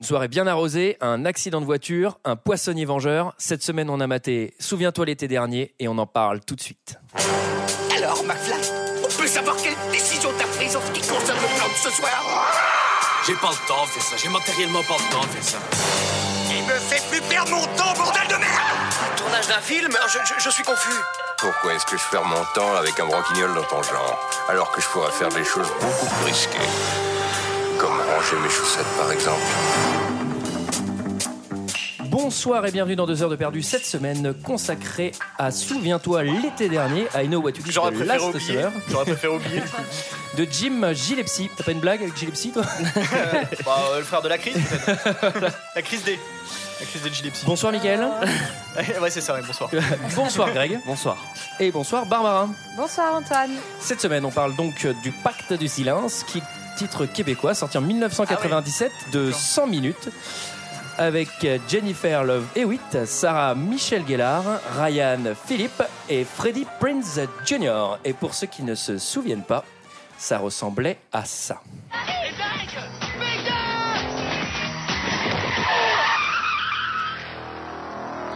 Une soirée bien arrosée, un accident de voiture, un poissonnier vengeur. Cette semaine, on a maté Souviens-toi l'été dernier et on en parle tout de suite. Alors, McFly, on peut savoir quelle décision t'as prise en ce qui concerne le plan de ce soir J'ai pas le temps de faire ça, j'ai matériellement pas le temps de faire ça. Il me fait plus perdre mon temps, bordel de merde Tournage d'un film hein, je, je- je suis confus. Pourquoi est-ce que je perds mon temps avec un broquignol dans ton genre Alors que je pourrais faire des choses beaucoup plus risquées. Comme ranger mes chaussettes par exemple. Bonsoir et bienvenue dans 2 heures de perdu cette semaine consacrée à Souviens-toi l'été dernier, I Know What You Did J'aurais the préféré Last oublier. Summer, J'aurais préféré oublier. de Jim Gilepsy. T'as pas une blague avec Gilepsy toi Bah, euh, le frère de la crise, peut-être. la crise des. La crise des Gilepsy. Bonsoir Mickaël, ouais, c'est ça, ouais, bonsoir. bonsoir Greg, bonsoir et bonsoir Barbara. Bonsoir Antoine. Cette semaine, on parle donc du Pacte du silence, qui titre québécois, sorti en 1997 de 100 minutes, avec Jennifer Love Hewitt, Sarah Michelle Gellar, Ryan Philippe et Freddie Prinze Jr. Et pour ceux qui ne se souviennent pas, ça ressemblait à ça.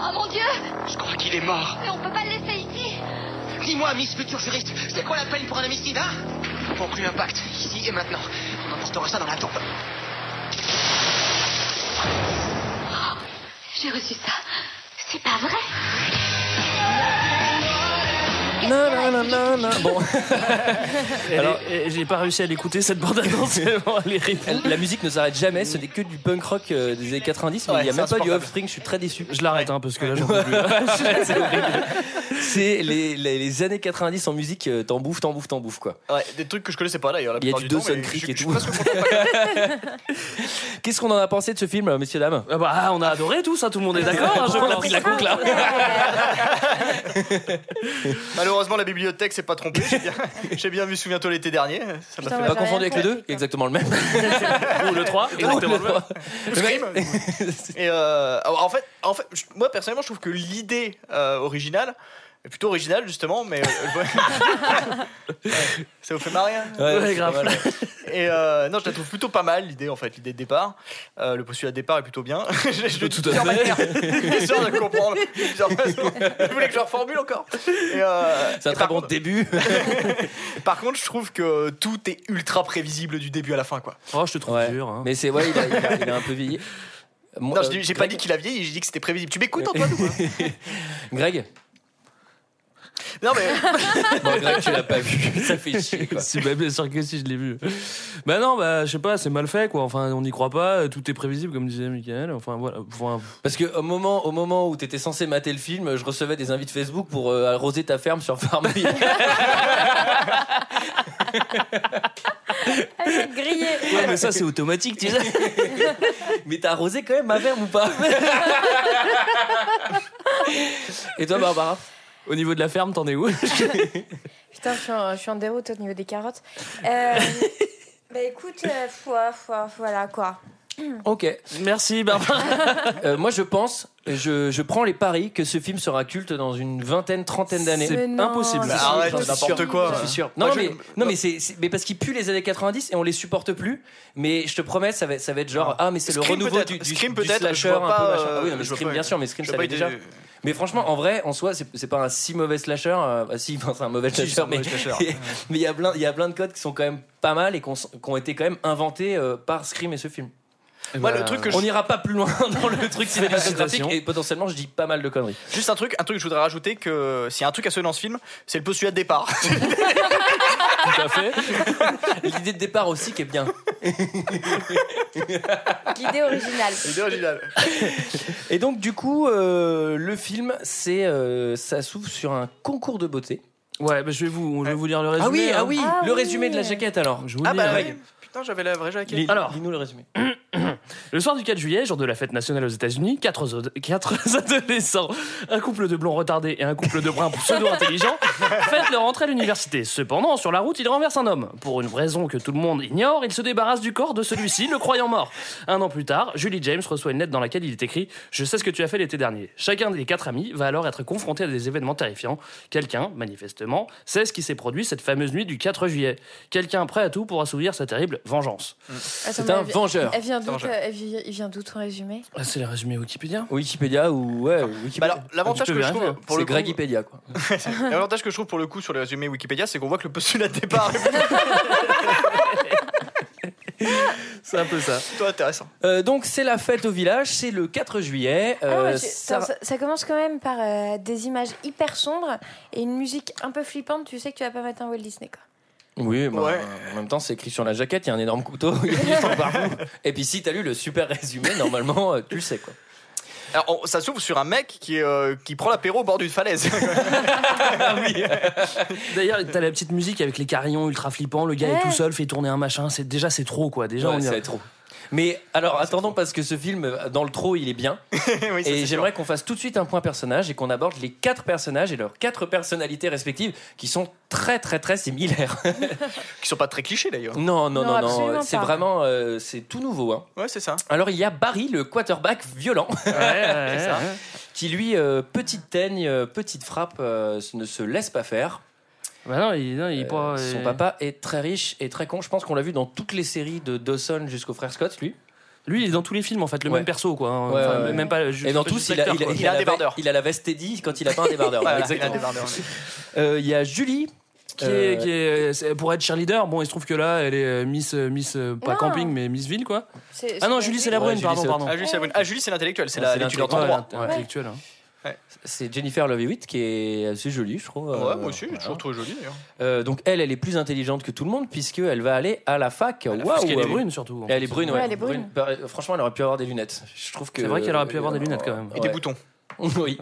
Oh mon dieu Je crois qu'il est mort. Mais on peut pas le laisser ici Dis-moi, Miss Future Juriste, c'est quoi la peine pour un homicide, hein Pour plus impact, ici et maintenant. On emportera ça dans la tombe. J'ai reçu ça. C'est pas vrai Na, na, na, na, na. Bon, Alors, j'ai pas réussi à l'écouter cette bande annonce. elle est elle- la musique ne s'arrête jamais, ce n'est que du punk rock euh, des années 90, mais il Ouais, n'y a c'est même pas du insupportable. offspring, je suis très déçu. Je l'arrête hein, parce que là j'en peux plus. C'est les, les- les années 90 en musique, euh, t'en bouffes, t'en bouffes, t'en bouffes quoi. Ouais, des trucs que je connaissais pas d'ailleurs. la Il y a plupart du temps, Dawson mais Creek je- et je tout. suis presque content de pas connaître. Qu'est-ce qu'on en a pensé de ce film, messieurs, dames Ah bah, on a adoré tout ça, tout le monde est d'accord. hein, je On a pense. pris de la coke, là. Ah, Malheureusement, la bibliothèque s'est pas trompée. J'ai bien, j'ai bien vu Souviens-toi l'été dernier. Ça m'a Putain, fait ouais. Pas j'ai confondu rien avec le 2 compris, quoi. Exactement le même. Ou le 3, exactement. Le trois. mal. Et euh, alors, en fait, en fait je- moi personnellement, je trouve que l'idée euh, originale est plutôt originale justement, mais euh, ouais. ça vous fait marrer. hein Ouais, grave. Voilà. Et euh, non, je la trouve plutôt pas mal l'idée en fait, l'idée de départ. Euh, le postulat de départ est plutôt bien. je je l'ai Tout dit à plusieurs fait. manières, histoire de comprendre. plusieurs façons. Je voulais que je le reformule encore. Et, euh, C'est un et très par, bon contre, début. par contre, je trouve que tout est ultra prévisible du début à la fin quoi. Oh, je te trouve Ouais. dur. hein. Mais c'est ouais, il a, il a- il a un peu vieilli. Moi, Non, euh, je dis- j'ai pas Greg- dit qu'il a vieilli, j'ai dit que c'était prévisible. Tu m'écoutes Antoine ou pas Greg Non mais Bon, Greg, tu l'as pas vu. Ça fait chier quoi. C'est bien sûr que si je l'ai vu. Bah non, bah je sais pas, c'est mal fait quoi. Enfin, on n'y croit pas, tout est prévisible comme disait Michael. Enfin voilà. Enfin, Parce que au moment, au moment où t'étais censé mater le film, je recevais des invites Facebook pour euh, arroser ta ferme sur Farmville. Grillé. ouais, mais ça c'est automatique, tu sais. Mais t'as arrosé quand même ma ferme ou pas Et toi, Barbara Au niveau de la ferme, t'en es où Putain, je suis, en, je suis en déroute au niveau des carottes. Euh, bah écoute, euh, foi- foi- voilà quoi. Ok. Merci Barbara. Euh, moi, je pense, je, je prends les paris que ce film sera culte dans une vingtaine, trentaine d'années. Mais C'est non, impossible. c'est Bah, arrête, impossible. n'importe quoi. Je suis sûr. Non, Moi, non, je- mais, non, mais c'est, c'est- mais parce qu'ils puent les années 90 et on les supporte plus. Mais je te promets, ça va, ça va être genre ah mais c'est le Scream renouveau peut-être. du, du, Scream du peut-être, slasher je un vois peu pas, machin. euh, Ah oui, non, mais je vois Scream pas, bien sûr, mais Scream je ça sais pas, l'est il déjà. est- Mais franchement, en vrai, en soi, c'est, c'est pas un si mauvais slasher. euh, bah, si, enfin, c'est un mauvais Si, c'est slasher, un mais mauvais slasher. mais il y a plein, il y a plein de codes qui sont quand même pas mal et qui ont, qui ont été quand même inventés euh, par Scream et ce film. Moi, le truc que je- Eh ben, On n'ira pas plus loin dans le truc cinématographique Félicitations. et potentiellement, je dis pas mal de conneries. Juste un truc, un truc que je voudrais rajouter que s'il y a un truc à se dans ce film, c'est le postulat de départ. tout à fait. L'idée de départ aussi qui est bien. L'idée originale. L'idée originale. Et donc, du coup, euh, le film, c'est, euh, ça s'ouvre sur un concours de beauté. Ouais, bah, je vais vous, je vais vous lire le résumé. Ah oui, hein. ah oui, Ah le oui. résumé de la jaquette alors. Je vous Ah lis, bah hein. ouais. Putain, j'avais la vraie jaquette. Alors. dis-nous le résumé. Le soir du 4 juillet, jour de la fête nationale aux États-Unis, quatre, zo- quatre adolescents, un couple de blonds retardés et un couple de bruns pseudo-intelligents, fêtent leur entrée à l'université. Cependant, sur la route, ils renversent un homme. Pour une raison que tout le monde ignore, ils se débarrassent du corps de celui-ci, le croyant mort. Un an plus tard, Julie James reçoit une lettre dans laquelle il est écrit Je sais ce que tu as fait l'été dernier. Chacun des quatre amis va alors être confronté à des événements terrifiants. Quelqu'un, manifestement, sait ce qui s'est produit cette fameuse nuit du 4 juillet. Quelqu'un prêt à tout pour assouvir sa terrible vengeance. C'est un vengeur. Elle vient d'où Vengeur. euh, elle vi- Il vient d'où ton résumé Ah, C'est les résumés Wikipédia Wikipédia ou ouais, Bah Wikipédia. alors, l'avantage Tu que peux je rien trouve faire. pour hein. c'est le coup, Grégipédia quoi. l'avantage que je trouve pour le coup sur les résumés Wikipédia, c'est qu'on voit que le postulat de départ est C'est un peu ça. plutôt intéressant. Euh, donc c'est la fête au village, c'est le 4 juillet. Ah Euh, ouais, tu- Sarah- attends, ça, ça commence quand même par euh, des images hyper sombres et une musique un peu flippante. Tu sais que tu vas pas mettre un Walt Disney quoi. Oui, bah, Ouais. en même temps, c'est écrit sur la jaquette, il y a un énorme couteau, il y a juste un barbou. Et puis si t'as lu le super résumé, normalement, euh, tu le sais quoi. Alors, on- ça s'ouvre sur un mec qui, euh, qui prend l'apéro au bord d'une falaise. D'ailleurs, t'as la petite musique avec les carillons ultra flippants, le gars Ouais. est tout seul, fait tourner un machin, c'est déjà c'est trop quoi. Déjà Ouais, on y ça va. va être trop. Mais alors, attendons parce que ce film, euh, dans le trop, il est bien. Oui, ça, Et c'est sûr. j'aimerais qu'on fasse tout de suite un point personnage et qu'on aborde les quatre personnages et leurs quatre personnalités respectives qui sont très très très similaires. Qui sont pas très clichés d'ailleurs. non, non, Non, non, non, absolument c'est pas. vraiment, euh, c'est tout nouveau. hein. Ouais, c'est ça. Alors il y a Barry, le quarterback violent, Ouais, ouais, ouais. qui lui, euh, petite teigne, euh, petite frappe, euh, ne se laisse pas faire. Bah non, il, non, il Euh, pourra- Son euh, papa est très riche et très con. Je pense qu'on l'a vu dans toutes les séries de Dawson jusqu'au frère Scott, lui. Lui, il est dans tous les films en fait, le Ouais. même perso quoi. hein. Ouais, Enfin, ouais, ouais. Même pas. juste- Et dans pas tous, juste il a, l'acteur, il, a, quoi. il, a un la, débardeur. il a la veste Teddy quand il a pas un débardeur. Voilà, Voilà, exactement. il a des bardeurs. Euh, Il y a Julie. Qui est, Euh, qui est- c'est- pour être cheerleader, bon, il se trouve que là, elle est euh, Miss, euh, Miss euh, pas Non. camping, mais Miss ville quoi. C'est- Ah non, c'est Julie, pas c'est la Ouais, brune, Julie, pardon, c'est pardon. Ah, Julie, c'est la bonne. Ah, Julie, c'est l'intellectuel, c'est Ouais, la c'est l'étudiante en l'intellectuel. droit. Ouais, intellectuel. hein. C'est Jennifer Love Hewitt qui est assez jolie, je trouve. Ouais, Euh, moi aussi, j'ai voilà. toujours trouvé jolie d'ailleurs. Euh, donc elle, elle est plus intelligente que tout le monde puisqu'elle va aller à la fac. Waouh Parce qu'elle est brune surtout. en Elle est plus. brune, ouais. Ouais, elle est brune. Bah, euh, Franchement, elle aurait pu avoir des lunettes. Je trouve que. C'est vrai qu'elle aurait pu avoir des lunettes, quand même. Et des boutons. boutons. oui,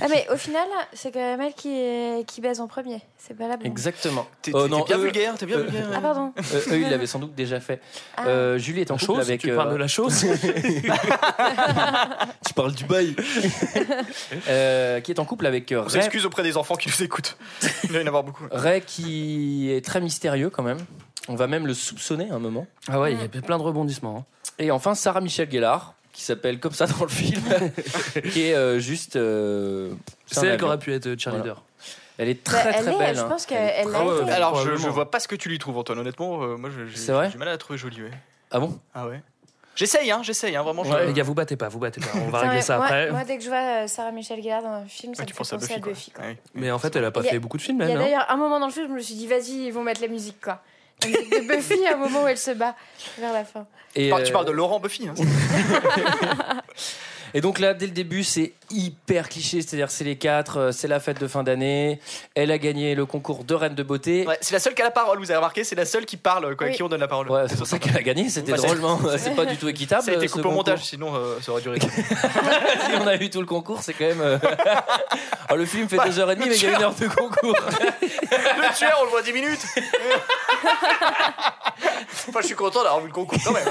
Ah mais au final, c'est quand même elle qui, est- qui baise en premier. C'est pas la bonne. exactement. T'es Oh, t'es non, bien eux- vulgaire, t'es bien euh, vulgaire. Ah pardon. Euh, eux, ils l'avaient sans doute déjà fait. Ah. Euh, Julie est en La couple chose, avec. tu euh, parles de la chose. Tu parles du bail. Euh, qui est en couple avec euh, On Ray. s'excuse auprès des enfants qui nous écoutent. Il doit y en avoir beaucoup. Ray qui est très mystérieux quand même. On va même le soupçonner à un moment. Ah ouais, il y a plein de rebondissements. hein. Et enfin, Sarah Michelle Gellar, qui s'appelle comme ça dans le film, qui est euh, juste. euh, c'est un C'est elle qui avion. aurait pu être euh, cheerleader. Elle est Bah, très elle très est, belle. Je hein. pense Elle est qu'elle très- l'a ouais, été. ouais. Alors, je, je Probablement. vois pas ce que tu lui trouves, Antoine. Honnêtement, euh, moi, je- j'ai C'est vrai j'ai du mal à la trouver jolie. ouais. Ah bon Ah ouais J'essaye, hein, j'essaye, hein, vraiment. je- Les gars, vous battez pas, vous battez pas. On va Enfin, régler ça moi, après. moi, dès que je vois euh, Sarah Michelle Gellar dans un film, ça Ouais, me tu fait penses à penser Buffy, à quoi. Buffy. quoi. Ah oui. Mais en fait, elle a pas Il y a- fait beaucoup de films, Il y elle. a hein. d'ailleurs un moment dans le film, je me suis dit, vas-y, ils vont mettre la musique quoi. La musique de Buffy, à un moment où elle se bat vers la fin. et, Tu parles- euh, Tu parles de Laurent Buffy. hein, et donc là, dès le début, c'est hyper cliché. C'est-à-dire, c'est les quatre, euh, c'est la fête de fin d'année. Elle a gagné le concours de reine de beauté. Ouais, c'est la seule qui a la parole, vous avez remarqué, c'est la seule qui parle, quoi, à Oui. qui on donne la parole. Ouais, c'est pour ça qu'elle a gagné. C'était Bah, c'est- drôlement. C'est pas du tout équitable. Ça Ah, bah, a été ce coupé au concours. montage, sinon euh, ça aurait duré. si on a eu tout le concours, c'est quand même. euh, Alors, le film fait Bah, deux heures et demie, le mais il y a tueur. une heure de concours. le tueur, on le voit 10 minutes Enfin, je suis content d'avoir vu le concours quand même.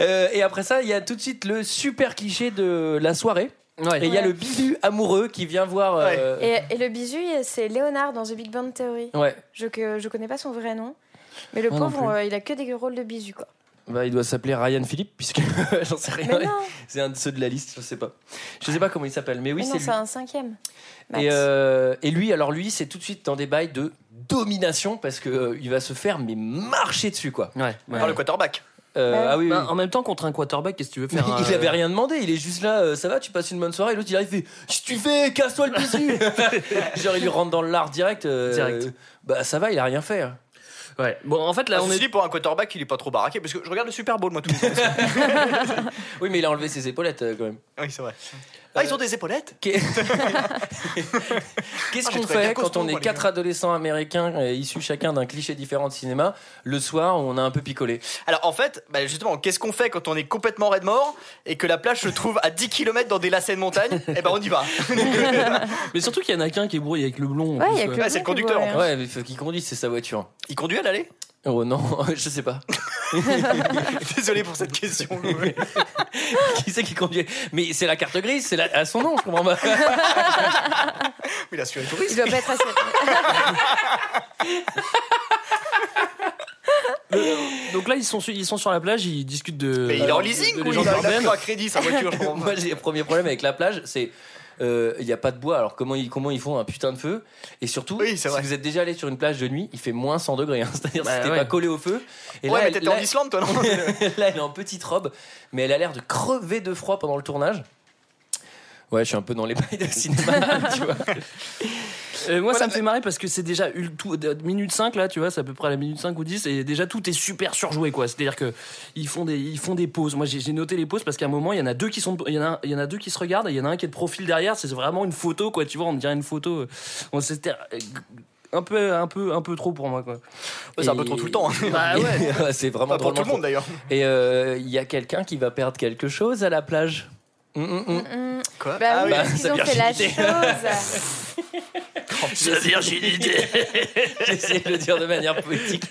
Euh, et après ça, il y a tout de suite le super cliché de la soirée. Et il y a Ouais. le bidu amoureux qui vient voir. euh, Et, et le bisou, c'est Léonard dans The Big Bang Theory. Ouais, Je, que, je connais pas son vrai nom, mais le Moi non pauvre, plus. euh, il a que des rôles de bisous quoi. bah, il doit s'appeler Ryan Philippe, puisque j'en sais rien. Mais non, C'est un de ceux de la liste, je sais pas. Je sais pas comment il s'appelle, mais oui, mais non, c'est lui. c'est un cinquième. Max. Et, euh, et lui, alors lui, c'est tout de suite dans des bails de domination parce que euh, il va se faire mais marcher dessus quoi. Ouais, ouais. Par le quarterback. Euh, Ouais. Ah oui, oui. Bah, en même temps, contre un quarterback, qu'est-ce que tu veux Mais faire il euh, avait rien demandé, il est juste là, euh, ça va, tu passes une bonne soirée, et l'autre il arrive, il fait Si tu fais, casse-toi le bisou Genre il lui rentre dans le lard direct, euh, Direct. Bah ça va, il a rien fait. Ouais. Bon, en fait, là, Là, Ah, on on est. dit Ah, pour un quarterback, il est pas trop baraqué, parce que je regarde le Super Bowl moi tous les ans. Oui, mais il a enlevé ses épaulettes euh, quand même. oui, c'est vrai. Ah, ils ont des épaulettes Qu'est- Qu'est-ce Ah, j'ai qu'on trouvé fait bien quand costaud, on est moi, les quatre adolescents américains euh, issus chacun d'un cliché différent de cinéma Le soir, on a un peu picolé. Alors en fait, bah, justement, qu'est-ce qu'on fait quand on est complètement raide mort et que la plage se trouve à 10 km dans des lacets de montagne Eh ben on y va. Mais surtout qu'il y en a qu'un qui est brouillé avec le blond. en Ouais, il y a plus, quoi. que Ouais, c'est le blond qui conducteur, voit en rien. Ouais, mais faut qu'il conduise, c'est sa voiture. Il conduit à l'aller Oh non, je sais pas. Désolé pour cette question. qui c'est qui conduit Mais c'est la carte grise, c'est la- à son nom, je comprends pas. Il a su un touriste. Il doit pas être assez... Donc Ah, là, ils sont, su- ils sont sur la plage, ils discutent de. Euh, Mais il est en leasing, de quoi, légendes il a- il a urbaines. pris un crédit sa voiture, je comprends pas. Moi, j'ai le premier problème avec la plage, c'est euh, il n'y a pas de bois, alors comment ils, comment ils font un putain de feu Et surtout, Oui, si c'est vrai. vous êtes déjà allé sur une plage de nuit, il fait moins 100 degrés. hein. C'est-à-dire, Bah, si t'es ouais. pas collé au feu. Et ouais, là, mais elle- t'étais là, en Islande, toi, non là, elle est en petite robe, mais elle a l'air de crever de froid pendant le tournage. Ouais, je suis un peu dans les bails de cinéma, tu vois. Euh, Voilà, moi, bah- ça me fait marrer parce que c'est déjà une- tout, euh, minute 5 là, tu vois, c'est à peu près à la minute 5 ou 10 et déjà tout est super surjoué quoi. C'est-à-dire que ils font des ils font des pauses. Moi, j'ai j'ai noté les pauses parce qu'à un moment, il y en a deux qui sont il y en a un- il y en a deux qui se regardent, et il y en a un qui est de profil derrière, c'est vraiment une photo quoi, tu vois, on dirait une photo. euh, On c'était euh, un peu un peu un peu trop pour moi quoi. Ouais, c'est un peu trop tout le temps, hein. Bah ouais. c'est vraiment Pas pour drôlement tout le trop. monde, d'ailleurs. Et euh, il y a quelqu'un qui va perdre quelque chose à la plage. Hum, hum, hum. Mm. Quoi Bah Ah oui, oui. parce qu'ils sa ont fait la virginité. chose. Sa virginité. J'ai essayé de le dire de manière poétique,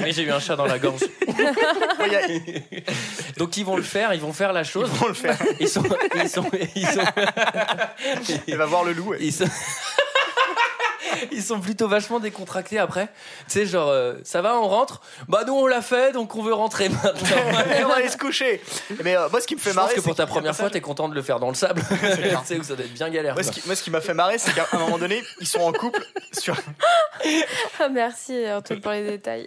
mais j'ai eu un chat dans la gorge. Ouais, y a- Ils Donc ils vont le faire, ils vont faire la chose. vont le faire. Ils sont, ils sont, ils sont, Il va voir le loup. ouais. ils sont, ils sont plutôt vachement décontractés après. Tu sais, genre, euh, ça va, on rentre Bah nous, on l'a fait, donc on veut rentrer maintenant. Et on va aller se coucher. Mais euh, moi, ce qui me fait Je pense marrer. que pour c'est ta qu'il y a première pas fois, ça. t'es content de le faire dans le sable. tu sais où ça doit être bien galère. Moi, ce quoi. qui- moi, ce qui m'a fait marrer, c'est qu'à un moment donné, ils sont en couple sur. Ah, Merci Antoine pour les détails.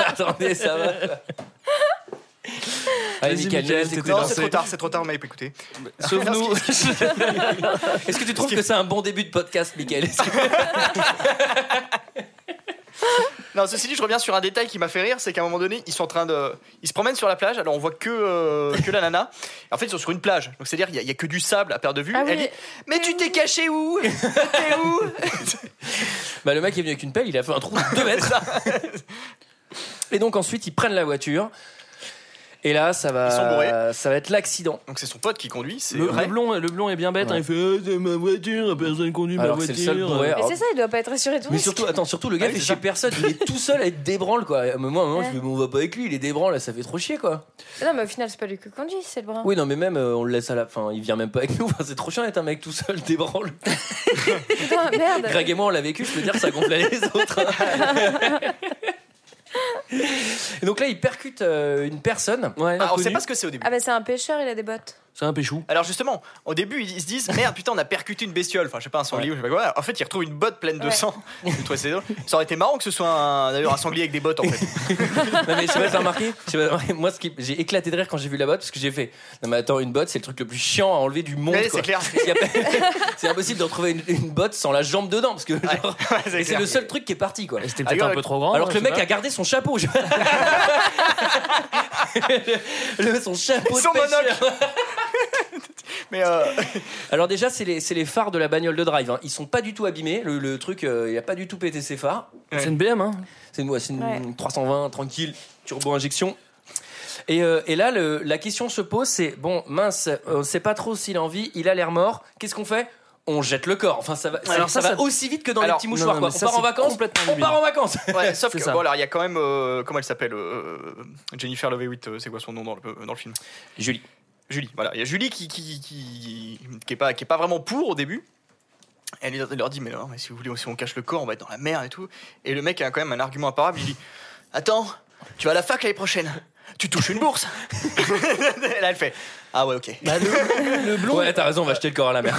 Attendez, ça va. quoi. Allez, Vas-y, Mickaël, Mickaël, laisse t'étais écouter. Non, c'est trop tard, c'est trop tard, on m'a pas écouté. Sauve-nous. Est-ce que tu trouves que c'est un bon début de podcast, Mickaël Est-ce que- Non, ceci dit, je reviens sur un détail qui m'a fait rire, c'est qu'à un moment donné, ils sont en train de, ils se promènent sur la plage. Alors on voit que euh, que la nana. En fait, ils sont sur une plage, donc c'est-à-dire il y, a- il y a que du sable à perte de vue. Ah Elle oui, dit, mais tu t'es caché où T'es où Bah, le mec est venu avec une pelle, il a fait un trou de 2 mètres. Et donc ensuite, ils prennent la voiture. Et là, ça Ils sont va, bourrés. ça va être l'accident. Donc c'est son pote qui conduit, c'est Le, le vrai. blond, le blond est bien bête, hein, il fait Ah, c'est ma voiture, personne conduit ma Alors que c'est voiture. le seul bourré. mais Alors, c'est ça, il doit pas être rassuré de Mais risque. surtout, attends, surtout le gars Ah oui, fait c'est chez ça. personne, il est tout seul à être débranle quoi. Mais moi, à un moment, je Ouais. me dis, on va pas avec lui, il est débranle, ça fait trop chier quoi. Non, mais au final, c'est pas lui qui conduit, c'est le brun. Oui, non, mais même, euh, on le laisse à la fin, il vient même pas avec nous. Enfin, c'est trop chiant d'être un mec tout seul débranle. Putain, merde. Greg et moi, on l'a vécu, je peux dire, ça gonflait les autres. et donc là, il percute euh, une personne. Ouais, Ah, on sait inconnu. pas ce que c'est au début. Ah bah c'est un pêcheur, il a des bottes. c'est un péchou. Alors justement, au début ils se disent merde putain on a percuté une bestiole, enfin je sais pas un sanglier ou je sais pas quoi. En fait ils retrouvent une botte pleine de Ouais. sang. Je trouve ça drôle. Ça aurait été marrant que ce soit un, d'ailleurs un sanglier avec des bottes en fait. Non, mais je sais pas si t'as remarqué, je sais pas, remarqué, moi, ce qui- j'ai éclaté de rire quand j'ai vu la botte parce que j'ai fait Non, mais attends, une botte, c'est le truc le plus chiant à enlever du monde. Ouais, quoi. c'est clair. Il y a pas- C'est impossible de retrouver une, une botte sans la jambe dedans parce que genre, Ouais, et c'est clair. le seul truc qui est parti quoi. Et C'était Ah, peut-être gars, un peu trop grand. Alors hein, que le je mec sais a gardé son chapeau. je- le, le- son chapeau Son de pêcheur. Mais euh, Alors déjà, c'est les, c'est les phares de la bagnole de drive. hein. Ils sont pas du tout abîmés. Le, le truc, euh, il a pas du tout pété ses phares. pas. C'est une BM, hein. C'est une, ouais, c'est une Ouais. 320 tranquille, turbo injection. Et, euh, et là, le- la question se pose, c'est bon, mince, euh, on sait pas trop s'il a envie, il a l'air mort. Qu'est-ce qu'on fait On jette le corps. Enfin, ça va, ça- Alors ça, ça, va ça- aussi vite que dans Alors, les petits non, mouchoirs. non, quoi. mais On ça, part en c'est vacances. complètement On part en vacances. ouais, sauf C'est que ça. bon alors il y a quand même euh, comment elle s'appelle euh, Jennifer Love Hewitt, euh, c'est quoi son nom dans le, dans le film Julie. Julie. Voilà, il y a Julie qui qui, qui qui est pas qui est pas vraiment pour au début. Elle leur- elle leur dit mais non mais si vous voulez si on cache le corps on va être dans la merde et tout. Et le mec a quand même un argument imparable. Il dit attends tu vas à la fac l'année prochaine. Tu touches une bourse. Là elle fait ah ouais ok. Bah, le, blond. Ouais, t'as raison, on va jeter le corps à la mer.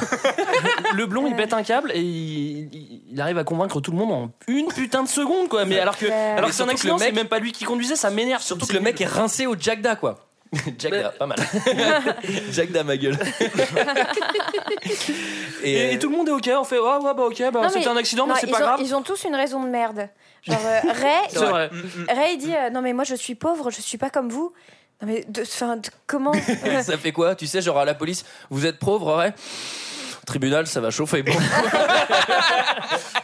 Le blond, il Ouais. bête un câble et il, il- il arrive à convaincre tout le monde en une putain de seconde, quoi. Mais alors que, clair. alors Mais que c'est un surtout que le accident, c'est mec- même pas lui qui conduisait, ça m'énerve. Surtout que le mec est rincé au Jagda, quoi. Jagda, pas mal. Jagda, ma gueule. Et, Et, et tout le monde est ok, on fait ouais, ouais, bah ok, bah, Non, c'était mais- un accident, Non, mais c'est ils pas ont- grave. Ils ont tous une raison de merde. Genre, euh, Ray, C'est vrai. Mm, Ray il dit euh, Non, mais moi je suis pauvre, je suis pas comme vous. Non, mais de, enfin, de- comment euh, ça fait quoi Tu sais, genre à la police, vous êtes pauvre, ouais Tribunal, ça va chauffer.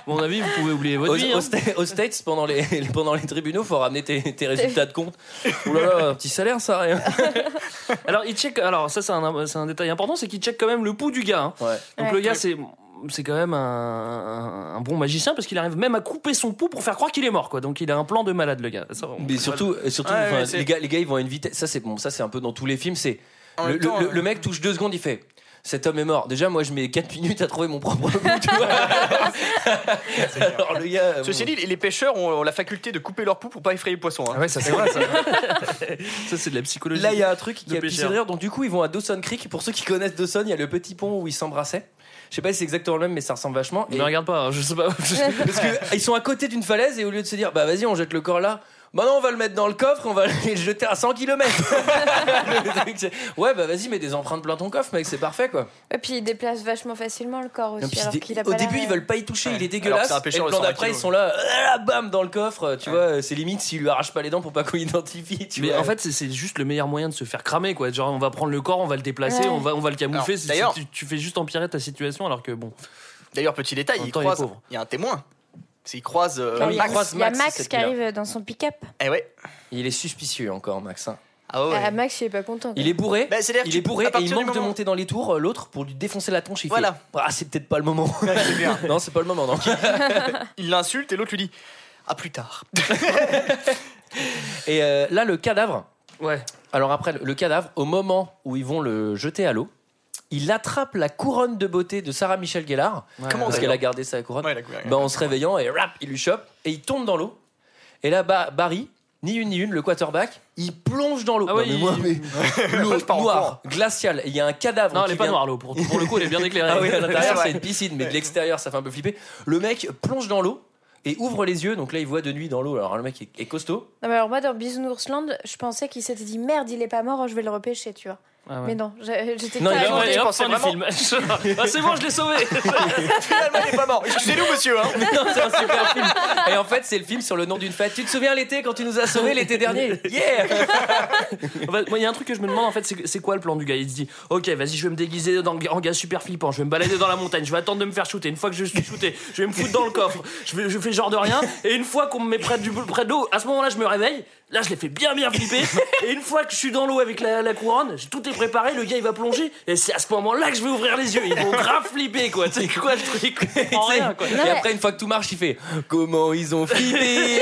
Bon, À mon avis, vous pouvez oublier aux, votre vie. aux hein. Sta- aux States, pendant les, pendant les tribunaux, faut ramener tes, tes résultats de compte. Ouh là là, un petit salaire, ça, rien. Ah, Alors, il check. Alors, ça, c'est un, c'est un détail important, c'est qu'il check quand même le pouls du gars. hein. Ouais. Donc, Ouais. le gars, c'est. C'est quand même un, un- un bon magicien parce qu'il arrive même à couper son pouls pour faire croire qu'il est mort, quoi. Donc il a un plan de malade, le gars. Ça, on- Mais surtout, et surtout Ouais, enfin, ouais, c'est- les, gars, les gars, ils vont à une vitesse. Ça, c'est bon, ça, c'est un peu dans tous les films. C'est En le, même temps, le- le- le euh, mec touche deux secondes, il fait cet homme est mort. Déjà, moi, je mets 4 minutes à trouver mon propre goût, tu vois. Alors, le gars. bon, Ceci dit, les pêcheurs ont ont la faculté de couper leur pouls pour pas effrayer le poisson. hein. Ah ouais, ça c'est vrai ça. Ça, c'est de la psychologie. Là, il y a un truc qui Le a pissé pêcheur. d'ailleurs. Donc, du coup, ils vont à Dawson Creek. Pour ceux qui connaissent Dawson, il y a le petit pont où ils s'embrassaient. Je sais pas si c'est exactement le même, mais ça ressemble vachement. Ne Et- me regarde pas, hein, je sais pas. Parce qu'ils sont à côté d'une falaise et au lieu de se dire, bah vas-y, on jette le corps là. Bah non, on va le mettre dans le coffre, on va le jeter à 100 km. ouais, bah vas-y, mets des empreintes plein ton coffre, mec, c'est parfait quoi. Et puis il déplace vachement facilement le corps Non, aussi. puis alors c'est- qu'il a au pas début, l'air- euh, ils veulent pas y toucher, Ouais. il est Alors que dégueulasse. c'est un et pêcheur le de plan 120 d'après, ils kilos. sont là, ah, bam, dans le coffre. Tu vois, c'est limite s'il lui arrache pas les dents pour pas qu'on identifie. Tu Mais vois. en fait, c'est- c'est juste le meilleur moyen de se faire cramer, quoi. Genre, on va prendre le corps, on va le déplacer, Ouais. on, va, on va le camoufler. Alors, C'est- d'ailleurs- c'est- tu, tu fais juste empirer ta situation, alors que bon. D'ailleurs, petit détail, En même ils temps, il est croisent- pauvre. Il y a un témoin. C'est ils croisent. euh, Ah oui, Max. ils croisent Il y a Max, Max cette qui fille-là. arrive dans son pick-up. Eh ouais. il est suspicieux encore, Max. hein. Ah ouais. Ah, Max, il est pas content. quoi. Il est bourré. Bah, c'est-à-dire Il que est bourré à et partir il du manque de moment- monter dans les tours. euh, L'autre, pour lui défoncer la tronche, il Voilà. fait Ah, c'est peut-être pas le moment. C'est bien. non, c'est pas le moment, non. Il l'insulte et l'autre lui dit à plus tard. Et euh, là, le cadavre, Ouais. Alors après, le- le cadavre, au moment où ils vont le jeter à l'eau, il attrape la couronne de beauté de Sarah Michelle Gellar, Comment parce d'ailleurs qu'elle a gardé sa couronne, Ouais, la couleur. Bah, en se réveillant, et rap, il lui chope, et il tombe dans l'eau. Et là, bah, Barry, ni une ni une, le quarterback, il plonge dans l'eau. Ah Non, ouais, mais il- moi, mais l'eau Moi, je pars en noire, glaciale, et il y a un cadavre. Non, qui elle est pas vient- noire, l'eau. Pour, pour le coup, elle est bien éclairée. Ah oui, à l'intérieur, Ouais. c'est une piscine, mais de l'extérieur, ça fait un peu flipper. Le mec plonge dans l'eau. Et ouvre les yeux, donc là il voit de nuit dans l'eau. Alors le mec est- est costaud. Non, mais alors moi, dans Bisounoursland, je pensais qu'il s'était dit merde, il est pas mort, oh, je vais le repêcher, tu vois. Ah ouais. Mais non, j'ai- j'étais Non, il est Et carrément- hop, je et hop, pensais fin du film. ah, c'est bon, je l'ai sauvé. Finalement, il est pas mort. Excusez-nous, monsieur. hein. Non, c'est un super film. Et en fait, c'est le film sur le nom d'une fête. Tu te souviens l'été quand tu nous as sauvés l'été dernier Yeah En fait, moi, il y a un truc que je me demande en fait, c'est c'est quoi le plan du gars Il se dit Ok, vas-y, je vais me déguiser dans- en gars super flippant, je vais me balader dans la montagne, je vais attendre de me faire shooter. Une fois que je suis shooté, je vais me foutre dans le coffre, je, vais- je fais genre de rien. Et une fois qu'on me met près, du, près de l'eau, à ce moment-là, je me réveille. Là, je l'ai fait bien, bien flipper. Et une fois que je suis dans l'eau avec la, la couronne, j'ai- tout est préparé, le gars il va plonger. Et c'est à ce moment-là que je vais ouvrir les yeux. Ils vont grave flipper quoi. C'est quoi le truc Je comprends rien, quoi. Et mais- après, une fois que tout marche, il fait Comment ils ont flippé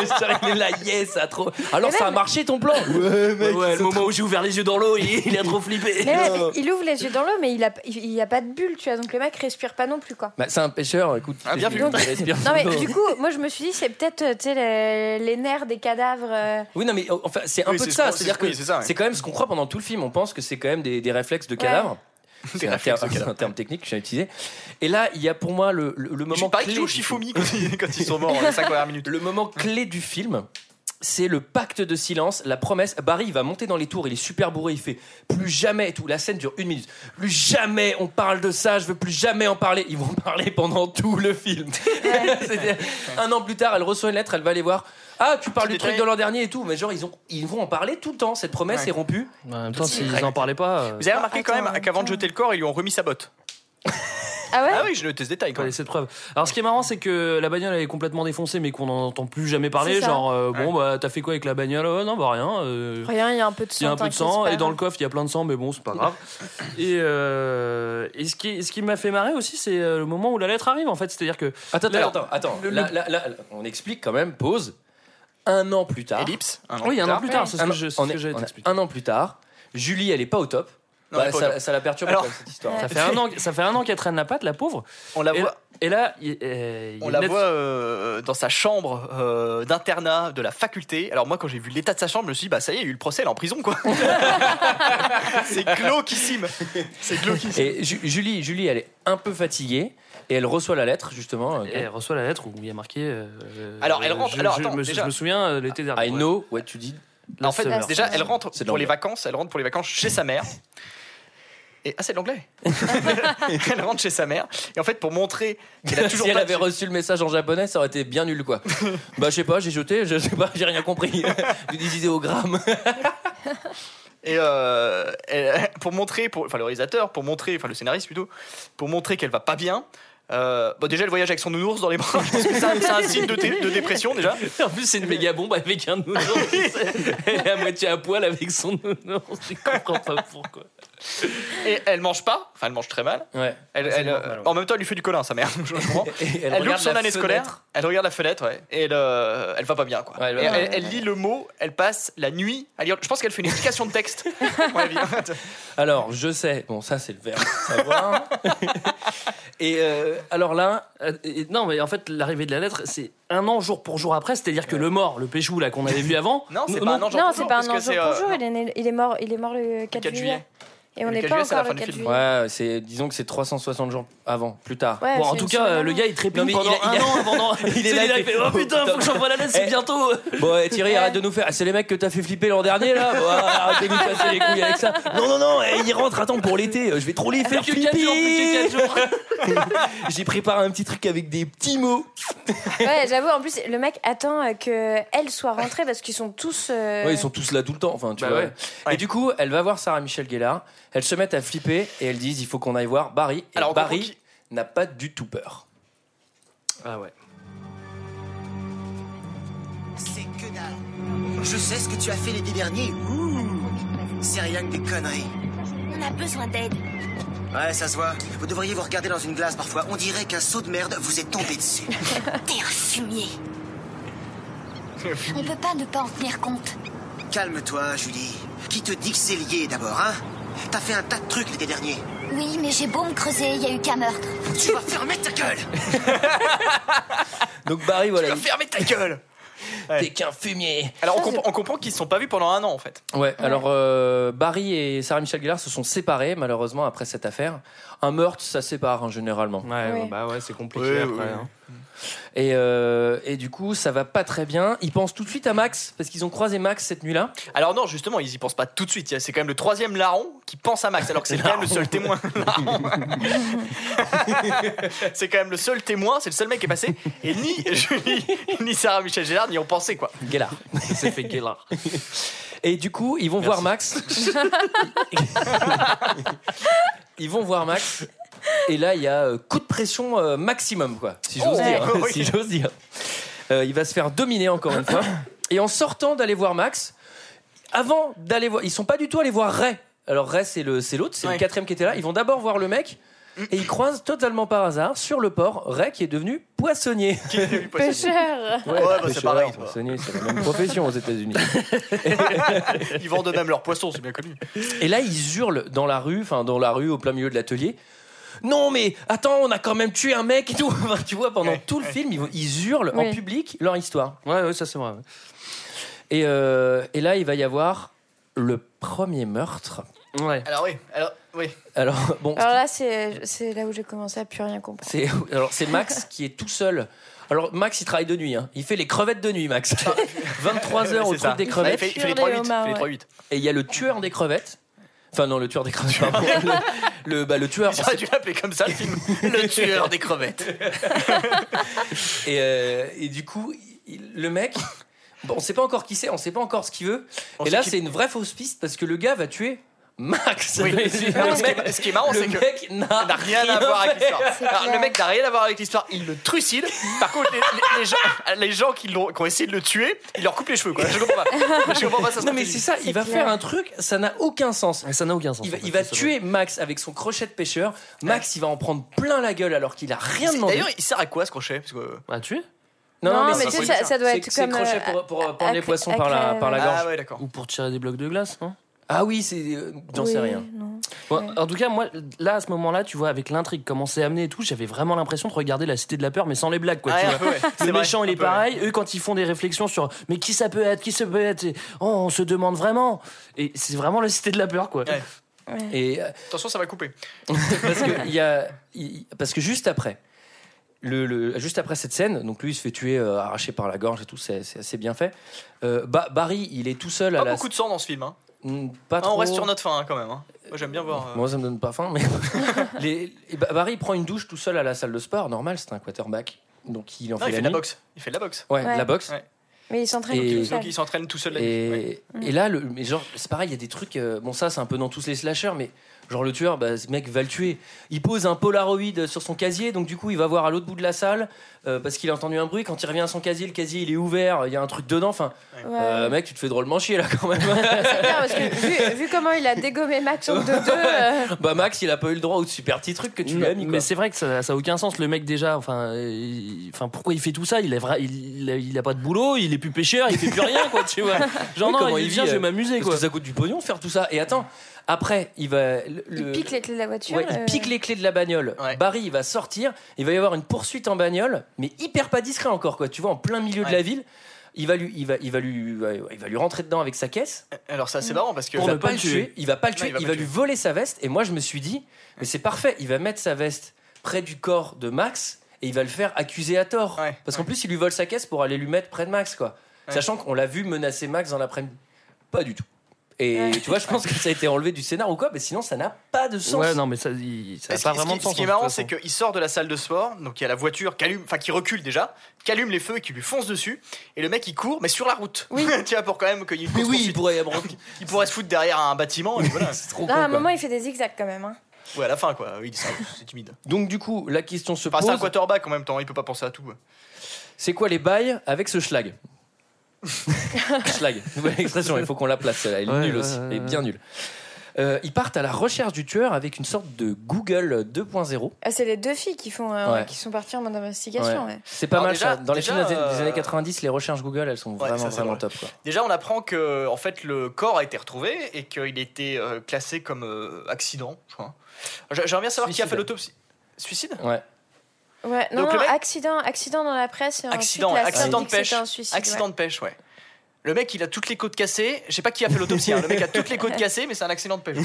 Je dirais que là, yes, ça a trop. Alors, ça a marché ton plan Ouais, Ouais, ouais, le moment où j'ai ouvert les yeux dans l'eau, il, il a trop flippé. Mais ouais, mais il ouvre les yeux dans l'eau, mais il a, il, il a pas de bulle, tu vois, donc le mec respire pas non plus, quoi. Bah, c'est un pêcheur, écoute. Ah, bien il vu. il respire Non, mais sous l'eau. du coup, moi, je me suis dit, c'est peut-être, euh, tu sais, les, les nerfs des cadavres. euh, Oui, non, mais euh, enfin, c'est un Oui, peu de c'est ça. ce qu'on- C'est-à-dire que oui, c'est ça, ouais. c'est quand même ce qu'on croit pendant tout le film. On pense que c'est quand même des, des réflexes de cadavre. C'est un, réflexes de terme- cadavre. un terme technique que j'ai utilisé. Et là, il y a pour moi le, le- le Je moment. parie clé qu'ils jouent du Shifumi quand ils quand ils sont morts en 5 premières minutes. Le moment clé du film, c'est le pacte de silence, la promesse. Barry il va monter dans les tours, il est super bourré, il fait plus jamais et tout. La scène dure une minute. Plus jamais on parle de ça, je veux plus jamais en parler. Ils vont en parler pendant tout le film. C'est-à-dire, un an plus tard, elle reçoit une lettre, elle va les voir. Ah, tu parles Tout du truc détaillé. de l'an dernier et tout, mais genre ils ont, ils vont en parler tout le temps. Cette promesse Ouais. est rompue. En même temps, s'ils en parlaient pas, euh, Vous avez remarqué quand Attends, même qu'avant de attends. jeter le corps, ils lui ont remis sa botte. Ah ouais Ah oui, je notais ce détail quand Pas même. laisser de preuves. Alors, ce qui est marrant, c'est que la bagnole elle est complètement défoncée, mais qu'on n'en entend plus jamais parler. C'est ça. Genre, euh, bon, bah, t'as fait quoi avec la bagnole Oh, Non, bah rien. euh, Rien, il y a un peu de sang. il y a un peu de t'inquiète, c'est sang, pas et dans le grave. coffre, il y a plein de sang, mais bon, c'est pas grave. et, euh, et ce qui, ce qui m'a fait marrer aussi, c'est euh, le moment où la lettre arrive, en fait. C'est-à-dire que. Attends, Là, attends, attends. Là, là, là, on explique quand même. Pause. Un an plus tard. Ellipse. hein, Oui, un an plus tard, c'est ce Un que an- je- c'est on ce est- que j'allais on est t'expliquer. Un an plus tard, Julie, elle est pas au top. Non, Bah, elle est pas au ça, top. ça la perturbe Alors- quand même, cette histoire. Ça fait un an, ça fait un an qu'elle traîne la patte, la pauvre. On la Et, voit. et là, il euh, il y a On une la lettre- voit euh, dans sa chambre euh, d'internat de la faculté. Alors moi, quand j'ai vu l'état de sa chambre, je me suis dit, bah ça y est, il y a eu le procès, elle est en prison, quoi. c'est glauquissime. C'est glauquissime. Et Ju- Julie, Julie, elle est un peu fatiguée et elle reçoit la lettre justement. euh, Et Elle reçoit la lettre où il y a marqué. euh, Alors, elle rentre- je- alors, je, attends, me, je déjà- me souviens euh, l'été dernier. I ouais. know what tu dis. La en fait, summer. déjà, elle rentre C'est de pour les l'anglais. vacances. Elle rentre pour les vacances chez sa mère. Et ah, c'est de l'anglais. elle rentre chez sa mère. Et en fait, pour montrer qu'elle a toujours si elle pas- avait reçu le message en japonais, ça aurait été bien nul quoi. bah je sais pas, j'ai jeté, je sais pas, j'ai rien compris. du 10 idéogrammes. Et euh, elle- pour montrer, pour, enfin le réalisateur, pour montrer, enfin le scénariste plutôt, pour montrer qu'elle va pas bien, Euh, bah, déjà, le voyage avec son nounours dans les bras, je pense que c'est un, c'est un signe de, dé- de dépression déjà. En plus, c'est une méga bombe avec un nounours. Elle est à moitié à poil avec son nounours. Je comprends pas pourquoi. Et elle mange pas, enfin, elle mange très mal. Ouais. Elle, C'est elle, normal, euh, ouais. En même temps, elle lui fait du colin, sa mère. je comprends. Et Elle, loupe regarde son la année fenêtre. scolaire, elle regarde la fenêtre, ouais, et elle, euh, elle va pas bien, quoi. Ouais, elle va Et pas elle, elle lit le mot, elle passe la nuit à lire. Je pense qu'elle fait une explication de texte. à mon avis. Alors, je sais. Bon, ça, c'est le verbe. Savoir. Et euh, alors là, Euh, et- non, mais en fait, l'arrivée de la lettre, c'est un an jour pour jour après. C'est-à-dire que le mort, le péchou, là, qu'on avait vu avant. non, c'est nous- pas nous- un ange en Non, toujours, c'est pas parce un que ange c'est, pour euh, jour, il est, né- il est mort, il est mort le 4 4, juillet. juillet. Et on le n'est 4 pas juillet, c'est la encore fin le du 4 film. juillet. ouais, c'est disons que c'est 360 jours avant, plus tard. Ouais, Bon, c'est en une tout semaine cas, euh, le avant. gars, il trépigne Non, mais pendant il a- un il a- an avant. d'en- Il est Celui-là, là, il il fait fait, Oh putain, faut que j'envoie la lettre, c'est Eh. bientôt. Bon, eh, Thierry, arrête de nous faire. Ah, c'est les mecs que t'as fait flipper l'an dernier là. Bon, ah, arrête de nous casser les couilles avec ça. Non, non, non. eh, ils rentrent. Attends, pour l'été, euh, je vais trop les faire Plus que 4 jours, flipper. plus que 4 jours. J'ai préparé un petit truc avec des petits mots. Ouais, j'avoue, en plus, le mec attend euh, que elle soit rentrée parce qu'ils sont tous. euh, Ouais, ils sont tous là tout le temps. Enfin, tu Bah vois. ouais. Et du coup, elle va voir Sarah Michel Gellar. Elles se mettent à flipper et elles disent il faut qu'on aille voir Barry. Et Alors, on comprend Barry qu'il- n'a pas du tout peur. Ah ouais. C'est que dalle. Je sais ce que tu as fait l'été dernier. Ouh, c'est rien que des conneries. On a besoin d'aide. Ouais, ça se voit. Vous devriez vous regarder dans une glace parfois. On dirait qu'un saut de merde vous est tombé dessus. T'es un fumier. On peut pas ne pas en tenir compte. Calme-toi, Julie. Qui te dit que c'est lié d'abord, hein T'as fait un tas de trucs l'été dernier. Oui, mais j'ai beau me creuser, il y a eu qu'un meurtre. Tu vas fermer ta gueule Donc Barry, voilà, il- Fermez ta gueule t'es qu'un fumier. Alors, on, comprend- on comprend qu'ils se sont pas vus pendant un an, en fait. Ouais, alors euh, Barry et Sarah Michel Gellar se sont séparés malheureusement après cette affaire. Un meurtre, ça sépare hein, généralement. Mm. Ouais, Ouais. bah ouais, c'est compliqué Ouais, après. ouais. hein. Et, euh, et du coup, ça va pas très bien. Ils pensent tout de suite à Max parce qu'ils ont croisé Max cette nuit-là. Alors, non, justement, ils y pensent pas tout de suite. C'est quand même le troisième larron qui pense à Max, alors que c'est quand même le seul témoin. Larron. c'est quand même le seul témoin, c'est le seul mec qui est passé. Et ni Julie, ni Sarah Michel Gélard n'y ont pensé, quoi. Gellar. Il s'est fait guélard. Et du coup, ils vont Merci. voir Max. ils vont voir Max. Et là, il y a euh, coup de pression euh, maximum, quoi. Si j'ose Oh, dire. hein, ouais, oui. si j'ose dire. Euh, il va se faire dominer encore une fois. Et en sortant d'aller voir Max, avant d'aller voir, ils sont pas du tout allés voir Ray. Alors Ray, c'est le, c'est l'autre, c'est Ouais. le quatrième qui était là. Ils vont d'abord voir le mec. Et ils croisent totalement par hasard sur le port Ray qui est devenu poissonnier. Qui est venu passer. Pêcheurs. Ouais, bah, c'est pêcheur, pareil, c'est Poissonnier, c'est la même profession aux États-Unis. Ils vendent même leurs poissons, c'est bien connu. Et là, ils hurlent dans la rue, enfin dans la rue, au plein milieu de l'atelier. Non mais attends, on a quand même tué un mec et tout. Enfin, tu vois, pendant Ouais, tout le film, ils, vont- ils hurlent en Oui. public leur histoire. Ouais, ouais, ça c'est vrai. Et, euh, et là, il va y avoir le premier meurtre. Ouais. Alors, oui, alors, oui. Alors bon, Alors là, c'est c'est là où j'ai commencé à plus rien comprendre. c'est alors c'est Max qui est tout seul. Alors Max, il travaille de nuit. hein. Il fait les crevettes de nuit, Max. 23 heures au C'est ça. truc des Ouais, Bah, il crevettes. fait, il fait les Sur les 3-8. homards, il fait les ouais. 3-8. Et il y a le tueur des crevettes. Enfin non, le tueur des crevettes. pardon. le, le- bah, le tueur. J'aurais dû l'appeler Ah, comme ça le film. Le tueur des crevettes. Et, euh, et du coup, il- le mec, bon, on sait pas encore qui c'est, on sait pas encore ce qu'il veut. On et sait là, qu'il- c'est une vraie fausse piste parce que le gars va tuer Max. Oui. Le Non, ce, qui mec- est, ce qui est marrant, le c'est que. mec n'a n'a rien à voir avec fait. l'histoire. C'est Alors, Le clair. mec n'a rien à voir avec l'histoire, il le trucide. Par contre, les, les- les gens, les gens qui, l'ont- qui ont essayé de le tuer, il leur coupe les cheveux. Quoi. Je comprends pas. Je comprends pas ça. Non, mais c'est ça, il va clair. faire un truc, ça n'a aucun sens. Ça n'a aucun sens. Il va, en fait, il va ça, ça tuer Max avec son crochet de pêcheur. Max, il va en prendre plein la gueule alors qu'il a rien C'est- demandé. D'ailleurs, il sert à quoi ce crochet Parce que- va- Ah, tuer Non, mais c'est tu sais, ça- ça doit c'est- être c'est comme, crochet euh, pour, pour, euh, à- prendre les à- poissons à- par la, par la à- gorge. Ah ouais, d'accord. Ou pour tirer des blocs de glace, non Ah oui, c'est. euh, J'en sais Oui, rien. non. Bon, Ouais. En tout cas, moi, là, à ce moment-là, tu vois, avec l'intrigue, comment c'est amené et tout, j'avais vraiment l'impression de regarder La Cité de la Peur, mais sans les blagues, quoi. Ouais, tu un vois. peu, Ah, ouais. C'est Le vrai, méchant, il un est peu, ouais. pareil. Eux, quand ils font des réflexions sur mais qui ça peut être, qui ça peut être, et, oh, on se demande vraiment. Et c'est vraiment euh, la cité de la peur, quoi. Ouais. Ouais. Et Attention, ça va couper. parce que il y a il- parce que juste après le, le- juste après cette scène donc lui il se fait tuer euh, arraché par la gorge et tout c'est c'est assez bien fait Euh, Ba- Barry il est tout seul à Pas la beaucoup de sang dans ce film. hein. Mm, pas Ah, trop on reste sur notre fin hein, quand même. hein. Moi, j'aime bien voir. euh, moi ça me donne pas faim mais Les- et Ba- Barry il prend une douche tout seul à la salle de sport normal c'est un quarterback donc il en Non, fait, il fait de la la nuit. boxe. Il fait de la boxe. ouais, de la Ouais. boxe Ouais. Mais ils s'entraînent Et- tout Donc, seuls. il s'entraîne tout seul la nuit. Et, Ouais. et là, le, mais genre, c'est pareil, il y a des trucs. euh, bon, ça, c'est un peu dans tous les slashers, mais Genre le tueur, bah, ce mec va le tuer. Il pose un Polaroid sur son casier, donc du coup il va voir à l'autre bout de la salle euh, parce qu'il a entendu un bruit. Quand il revient à son casier, le casier il est ouvert, il y a un truc dedans. Enfin, Ouais. euh, mec, tu te fais drôlement chier là quand même. C'est bien parce que vu, vu comment il a dégommé Max en 2-2, euh, bah Max, il a pas eu le droit au super petit truc que tu lui as mis. quoi. mais c'est vrai que ça n'a aucun sens. Le mec, déjà, enfin, euh, il- enfin pourquoi il fait tout ça il a, vra- il, il a, il a pas de boulot, il est plus pêcheur, il fait plus rien, quoi, tu vois. Genre, Oui, non, comment il il vient, vit, je vais euh, m'amuser, Parce quoi. que ça coûte du pognon faire tout ça. Et attends, après, il va. le- il le- pique les clés de la voiture. Ouais, il euh, pique les clés de la bagnole. Ouais. Barry, il va sortir. Il va y avoir une poursuite en bagnole, mais hyper pas discret encore, quoi. Tu vois, en plein milieu de Ouais. la ville. Il va, lui, il, va, il, va lui, ouais, il va lui rentrer dedans avec sa caisse. Alors, ça, c'est marrant parce que. Il Pour va ne pas pas le le tuer. Il va pas le Non, tuer. il va il pas va le lui voler sa veste. Et moi, je me suis dit, mais c'est parfait. Il va mettre sa veste près du corps de Max et il va le faire accuser à tort. Ouais. Parce qu'en plus, il lui vole sa caisse pour aller lui mettre près de Max, quoi. Ouais. Sachant qu'on l'a vu menacer Max dans l'après-midi. Pas du tout. Et Ouais. tu vois, je pense que ça a été enlevé du scénar ou quoi, mais sinon, ça n'a pas de sens. Ouais, non, mais ça il- ça Et n'a ce pas qui- ce vraiment qui- de sens. Ce qui est hein, de marrant, toute c'est façon. qu'il sort de la salle de sport, donc il y a la voiture qui, allume, enfin, qui recule déjà, qui allume les feux et qui lui fonce dessus, et le mec il court, mais sur la route. Oui. tu vois, pour quand même qu'il y ait une Mais course oui, il poursuite. pourrait y avoir. il pourrait se foutre derrière un bâtiment, et voilà. Ah, C'est trop Non, con, à un quoi. moment, il fait des zigzags quand même. hein. ouais, à la fin quoi, oui, c'est c'est timide. Donc du coup, la question se Enfin, c'est un pose, quarterback en même temps, hein, il peut pas penser à tout. c'est quoi les bails avec ce schlag Schlag, nouvelle expression, il faut qu'on la place, celle-là. elle est Ouais, nulle ouais, aussi, ouais, elle est ouais. bien nulle. Euh, ils partent à la recherche du tueur avec une sorte de Google 2.0. Ah, c'est les deux filles qui, font, euh, Ouais. qui sont parties en mode investigation. Ouais. ouais. C'est pas Alors mal déjà- ça. Dans les déjà, films des- euh, des années 90, les recherches Google, elles sont vraiment, ça, c'est vraiment vrai. top. quoi. Déjà, on apprend que en fait le corps a été retrouvé et qu'il était euh, classé comme euh, accident. je crois. J'a- J'aimerais bien savoir qui a Suicide. fait l'autopsie. Suicide Ouais. Ouais, non, Donc, non, le mec- accident, accident dans la presse. et ensuite, Accident, la accident sœur de dit que c'était pêche. un suicide, ouais. Accident de pêche, ouais. Le mec, il a toutes les côtes cassées. Je sais pas qui a fait l'autopsie. hein. Le mec a toutes les côtes cassées, mais c'est un accident de pêche.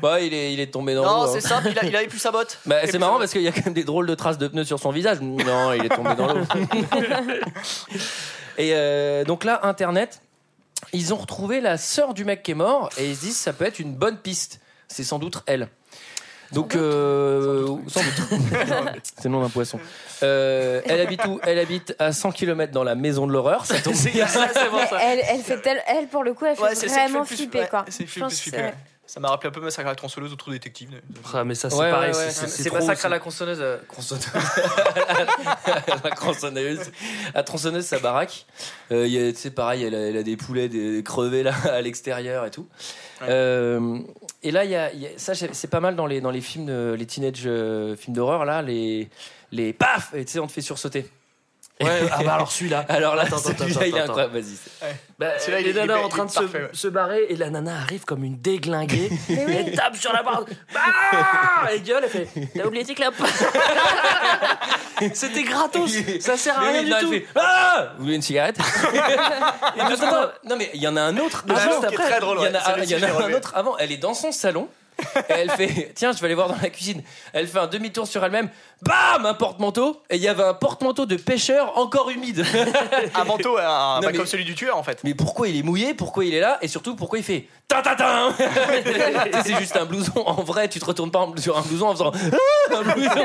Bah, il est, il est tombé dans Non, l'eau. hein. c'est simple, il, a- il avait plus sa botte. Bah, Et c'est puis, marrant ça- parce qu'il y a quand même des drôles de traces de pneus sur son visage. Non, il est tombé dans l'eau. et euh, donc là, Internet, ils ont retrouvé la sœur du mec qui est mort et ils se disent ça peut être une bonne piste. C'est sans doute elle. Donc, euh, sans doute. c'est le nom d'un poisson. Euh, elle habite où Elle habite à 100 km dans la maison de l'horreur. Ça tombe C'est exactement ça. Elle, elle fait tel- elle, pour le coup, elle fait Ouais, c'est ça qui fait vraiment le plus- flipper. ouais, quoi. c'est le Je plus pense que flipper, ouais. Ça m'a rappelé un peu Massacre à la tronçonneuse ou Trou Détective. Ah, mais ça, c'est Ouais, pareil. ouais, ouais. c'est- c'est- C'est C'est pas trop, sacré ça. à la consonneuse. euh, consonneuse. la consonneuse. La tronçonneuse, sa baraque. Euh, il y a- tu sais, pareil, elle a, elle a des poulets des, crevés là, à l'extérieur et tout. Ouais. Euh, et là, il y a, il y a- ça, j'ai- c'est pas mal dans les, dans les films, de- les teenage euh, films d'horreur, là, les, les paf Et tu sais, on te fait sursauter. Ouais, ah bah alors celui-là. Alors là, Attends, attends, celui-là, attends, il est attends. incroyable. Vas-y. c'est- Bah, Celui-là, il les est- il est- nanas il en est train de se, parfait, ouais. se barrer et la nana arrive comme une déglinguée. Mais oui. Elle tape sur la barre. Ah Elle gueule, elle fait T'as oublié tes clopes C'était gratos Ça sert à Mais rien oui, du non, tout elle fait, Ah Vous voulez une cigarette Et attends, attends, Non, mais il y en a un autre. Ah, avant, non, qui est après. très drôle, Il y en ouais, a, c'est il y en Lucie a un Ferré. autre avant. Elle est dans son salon. Et elle fait Tiens, je vais aller voir dans la cuisine. Elle fait un demi-tour sur elle-même. Bam Un porte-manteau. Et il y avait un porte-manteau de pêcheur encore humide. Un manteau, un- Non, bah, mais- comme celui du tueur en fait. Mais pourquoi il est mouillé Pourquoi il est là Et surtout, pourquoi il fait tin tin tin Tu sais, C'est juste un blouson. En vrai, tu te retournes pas en- sur un blouson en faisant Ah, un blouson.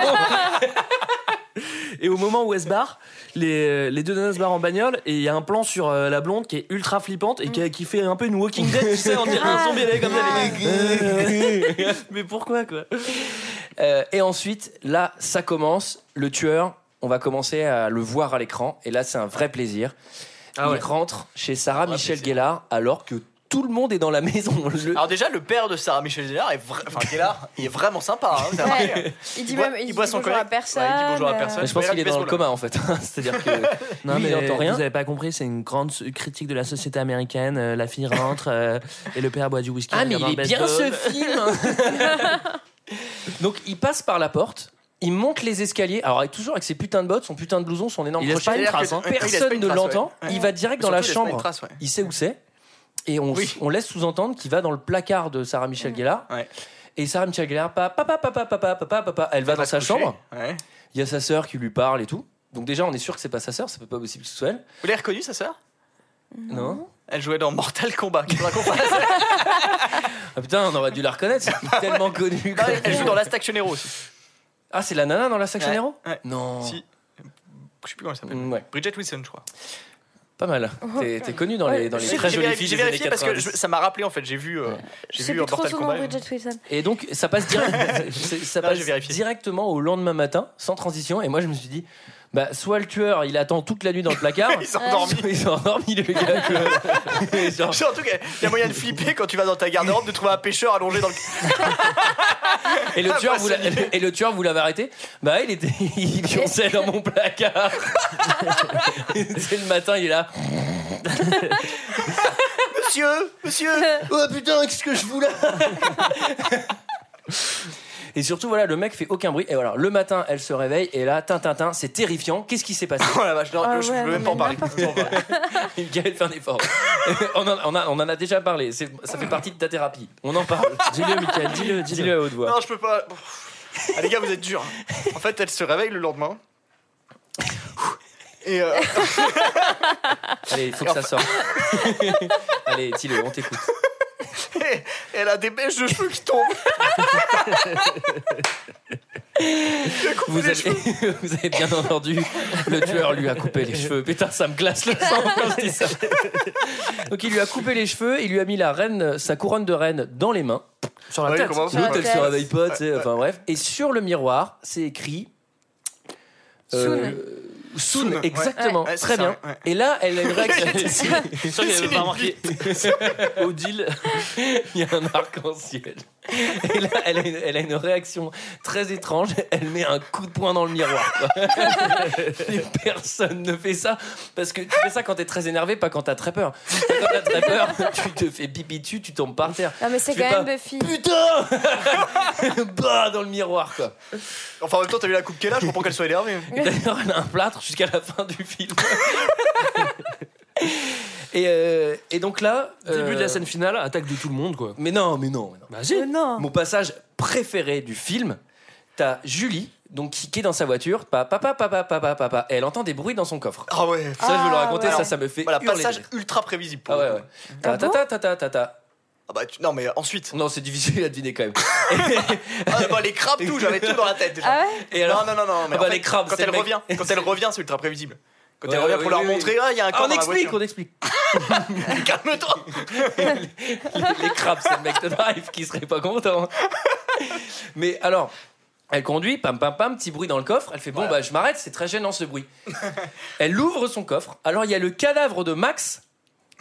Et au moment où elle se barre, les, les deux nanas se barrent en bagnole et il y a un plan sur euh, la blonde qui est ultra flippante et qui, qui fait un peu une Walking Dead, tu sais, on dirait un zombie elle est comme ça. elle est- Mais pourquoi quoi Euh, et ensuite, là, ça commence. Le tueur, on va commencer à le voir à l'écran. Et là, c'est un vrai plaisir. Ah ouais. Il rentre chez Sarah Vrai Michel plaisir. Gellar alors que tout le monde est dans la maison. Ah Le- Alors déjà, le père de Sarah Michel Gellar est, vra- enfin, Gellar, il est vraiment sympa. hein, vous avez Ouais. remarqué Il dit boit- même il il dit boit son bonjour à collègue. Ouais, personne. il dit bonjour à euh, personne. je pense regarde qu'il est le dans le baseball, coma en fait. C'est-à-dire que Non, lui, mais euh, il n'entend rien. Vous avez pas compris, c'est une grande su- critique de la société américaine. euh, la fille rentre euh, et le père boit du whisky. Ah, mais il regarde est un bien baseball. ce film Donc, il passe par la porte, il monte les escaliers, alors avec, toujours avec ses putains de bottes, son putain de blouson, son énorme Il laisse crochet. pas une trace, hein. Il laisse pas Personne une ne trace, l'entend, ouais. il va direct Mais dans la surtout, il laisse pas une chambre, trace, ouais. il sait où c'est, et on, Oui. on laisse sous-entendre qu'il va dans le placard de Sarah Michel Gellar. Ouais. Et Sarah Michel Gellar, papa, papa, papa, papa, papa, papa, elle va Elle dans sa se coucher. chambre, Ouais. il y a sa sœur qui lui parle et tout. Donc déjà, on est sûr que c'est pas sa sœur, ça peut pas possible que ce soit elle. Vous l'avez reconnue sa sœur Non. Elle jouait dans Mortal Kombat. qui faudra qu'on fasse. Ah putain, on aurait dû la reconnaître, c'est tellement connu. Non, elle joue dans Last Action Hero aussi. Ah, c'est la nana dans la Saction Ouais, Hero ouais. Non. Si. Je sais plus comment elle s'appelle. Mm, ouais. Bridget Wilson, je crois. Pas mal. Oh, T'es t'es connu dans les, dans les J'ai très jolies vérifié- filles j'ai des années vérifié parce que 90. je- ça m'a rappelé en fait. J'ai vu, euh, j'ai C'est vu plus euh, trop Mortal son nom, Kombat. Bridget Wilson. Et donc, ça passe, direct- c'est- ça Non, passe j'ai vérifié. directement au lendemain matin, sans transition. Et moi, je me suis dit, bah, soit le tueur, il attend toute la nuit dans le placard. Ils ont endormi. Ils sont endormis, le gars. que- Et genre, En tout cas, il y a moyen de flipper quand tu vas dans ta garde-robe de trouver un pêcheur allongé dans le. et, le Ah, tueur, bah, vous c'est l'a- et le tueur, vous l'avez arrêté Bah, il était. Il pionçait dans mon placard. C'est le matin, il est là. Monsieur, monsieur. Ah Oh putain, qu'est-ce que je vous là Et surtout, voilà, le mec fait aucun bruit. Et voilà, le matin, elle se réveille. Et là, tintintin, c'est terrifiant. Qu'est-ce qui s'est passé Oh la vache, non, Ah je ouais, peux même non, pas en mais parler. Gaël fait un effort. on, en, on a- on en a déjà parlé. C'est- Ça fait partie de ta thérapie. On en parle. Dis-le, Michael, dis-le, Dis-le dis-le. à haute voix. Non, je peux pas. Ah, les gars, vous êtes durs. hein. En fait, elle se réveille le lendemain. Et euh, Allez, il faut que ça sorte. Allez, dis-le, on t'écoute. et elle a des mèches de cheveux qui tombent. Vous avez, vous avez bien entendu, le tueur lui a coupé les cheveux. Putain, ça me glace le sang quand je dis ça. Donc il lui a coupé les cheveux, il lui a mis la reine, sa couronne de reine dans les mains. Sur la Ouais, tête. comment- Sur la L'autre, elle tête. se réveille pas, tu sais. Enfin bref. Et sur le miroir, c'est écrit. euh, Soon. Soon, ouais. exactement. Ouais, c'est Très ça, bien. ouais. Et là, elle a une réaction. C'est sûr qu'il avait pas remarqué. Odile. Il y a un arc-en-ciel. Et là, elle a, une, elle a une réaction très étrange. Elle met un coup de poing dans le miroir. quoi. Mais personne ne fait ça. Parce que tu fais ça quand t'es très énervé, pas quand t'as très peur. Quand t'as très peur, tu te fais pipi dessus, tu tombes par terre. Non, mais c'est Je sais quand pas. même Buffy. Putain Bah dans le miroir, quoi. Enfin, en même temps, t'as vu la coupe qu'elle a, je comprends qu'elle soit énervée. Et D'ailleurs, elle a un plâtre jusqu'à la fin du film. Et, euh, et donc là. Début euh, de la scène finale, attaque de tout le monde, quoi. Mais non, mais non, mais non. Bah, si. Mais Euh, non. Mon passage préféré du film, t'as Julie, donc qui, qui est dans sa voiture, papa, papa, papa, papa, papa, et elle entend des bruits dans son coffre. Ah ouais. Ça, je vais le Ah, raconter, ouais. ça, ça me fait Voilà, hurler de passage rire. ultra prévisible. Pour Ah ouais, le ouais. coup. Ta, Ah ta, bon ta, ta, ta, ta, ta. Ah bah, tu- Non, mais ensuite. Non, c'est difficile à deviner quand même. Ah bah, les crabes, tout, j'avais tout dans la tête déjà. Ah ouais Et alors, non, non, non, non, Ah mais bah, en fait, les crabes, quand c'est elle le mec. revient, quand elle revient, c'est ultra prévisible. Quand Ouais, elle revient ouais, pour oui, leur oui, montrer, ah, il y a un Ah, corps on dans la explique, voiture. on explique. Calme-toi. Les crabes, c'est le mec de Drive qui serait pas content. Mais alors, elle conduit, pam pam pam, petit bruit dans le coffre. Elle fait bon, bah je m'arrête, c'est très gênant ce bruit. elle ouvre son coffre. Alors il y a le cadavre de Max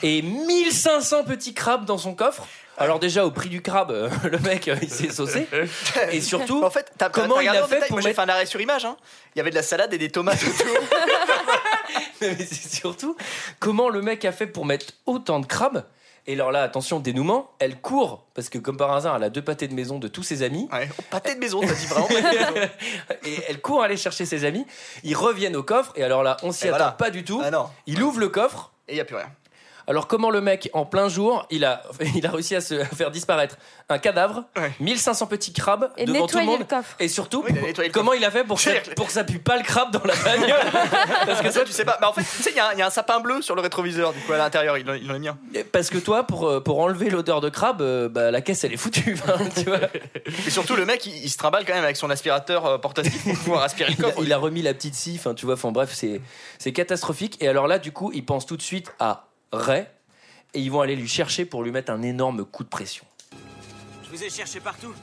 et 1500 petits crabes dans son coffre. Alors déjà au prix du crabe, euh, le mec euh, il s'est saucé. Et surtout, En fait, t'as Comment t'as regardé il a en fait détail, pour Moi, j'ai mettre- fait un arrêt sur image. Hein. Il y avait de la salade et des tomates autour. mais c'est surtout comment le mec a fait pour mettre autant de crabes. Et alors là, attention, dénouement, elle court parce que comme par hasard, elle a deux pâtés de maison de tous ses amis. ouais. Pâté de maison, t'as dit vraiment. pâté de maison. et elle court aller chercher ses amis. Ils reviennent au coffre et alors là, on s'y Et attend voilà. pas du tout. Ah non. Il ouvre le coffre. Et il y a plus rien. Alors comment le mec, en plein jour, il a, il a réussi à se à faire disparaître un cadavre, Ouais. 1500 petits crabes Et devant tout le nettoyer monde. le coffre. Et surtout, Oui, il a nettoyé le comment il a fait pour que, ça, C'est-à-dire que- pour que ça pue pas le crabe dans la bagnole Parce que ça, Ah, tu sais pas. Mais en fait, tu sais, il y, a un- il y a un sapin bleu sur le rétroviseur. Du coup, à l'intérieur, il, en- il en est mis un. Parce que toi, pour, euh, pour enlever l'odeur de crabe, euh, bah, la caisse elle est foutue. hein, tu vois. Et surtout, le mec, il, il se trimballe quand même avec son aspirateur euh, portatif pour pouvoir aspirer le Il a, coffre. il a remis la petite scie, enfin, tu vois, enfin bref, c'est c'est catastrophique. Et alors là, du coup, ils pensent tout de suite à Ray et ils vont aller lui chercher pour lui mettre un énorme coup de pression. Je vous ai cherché partout.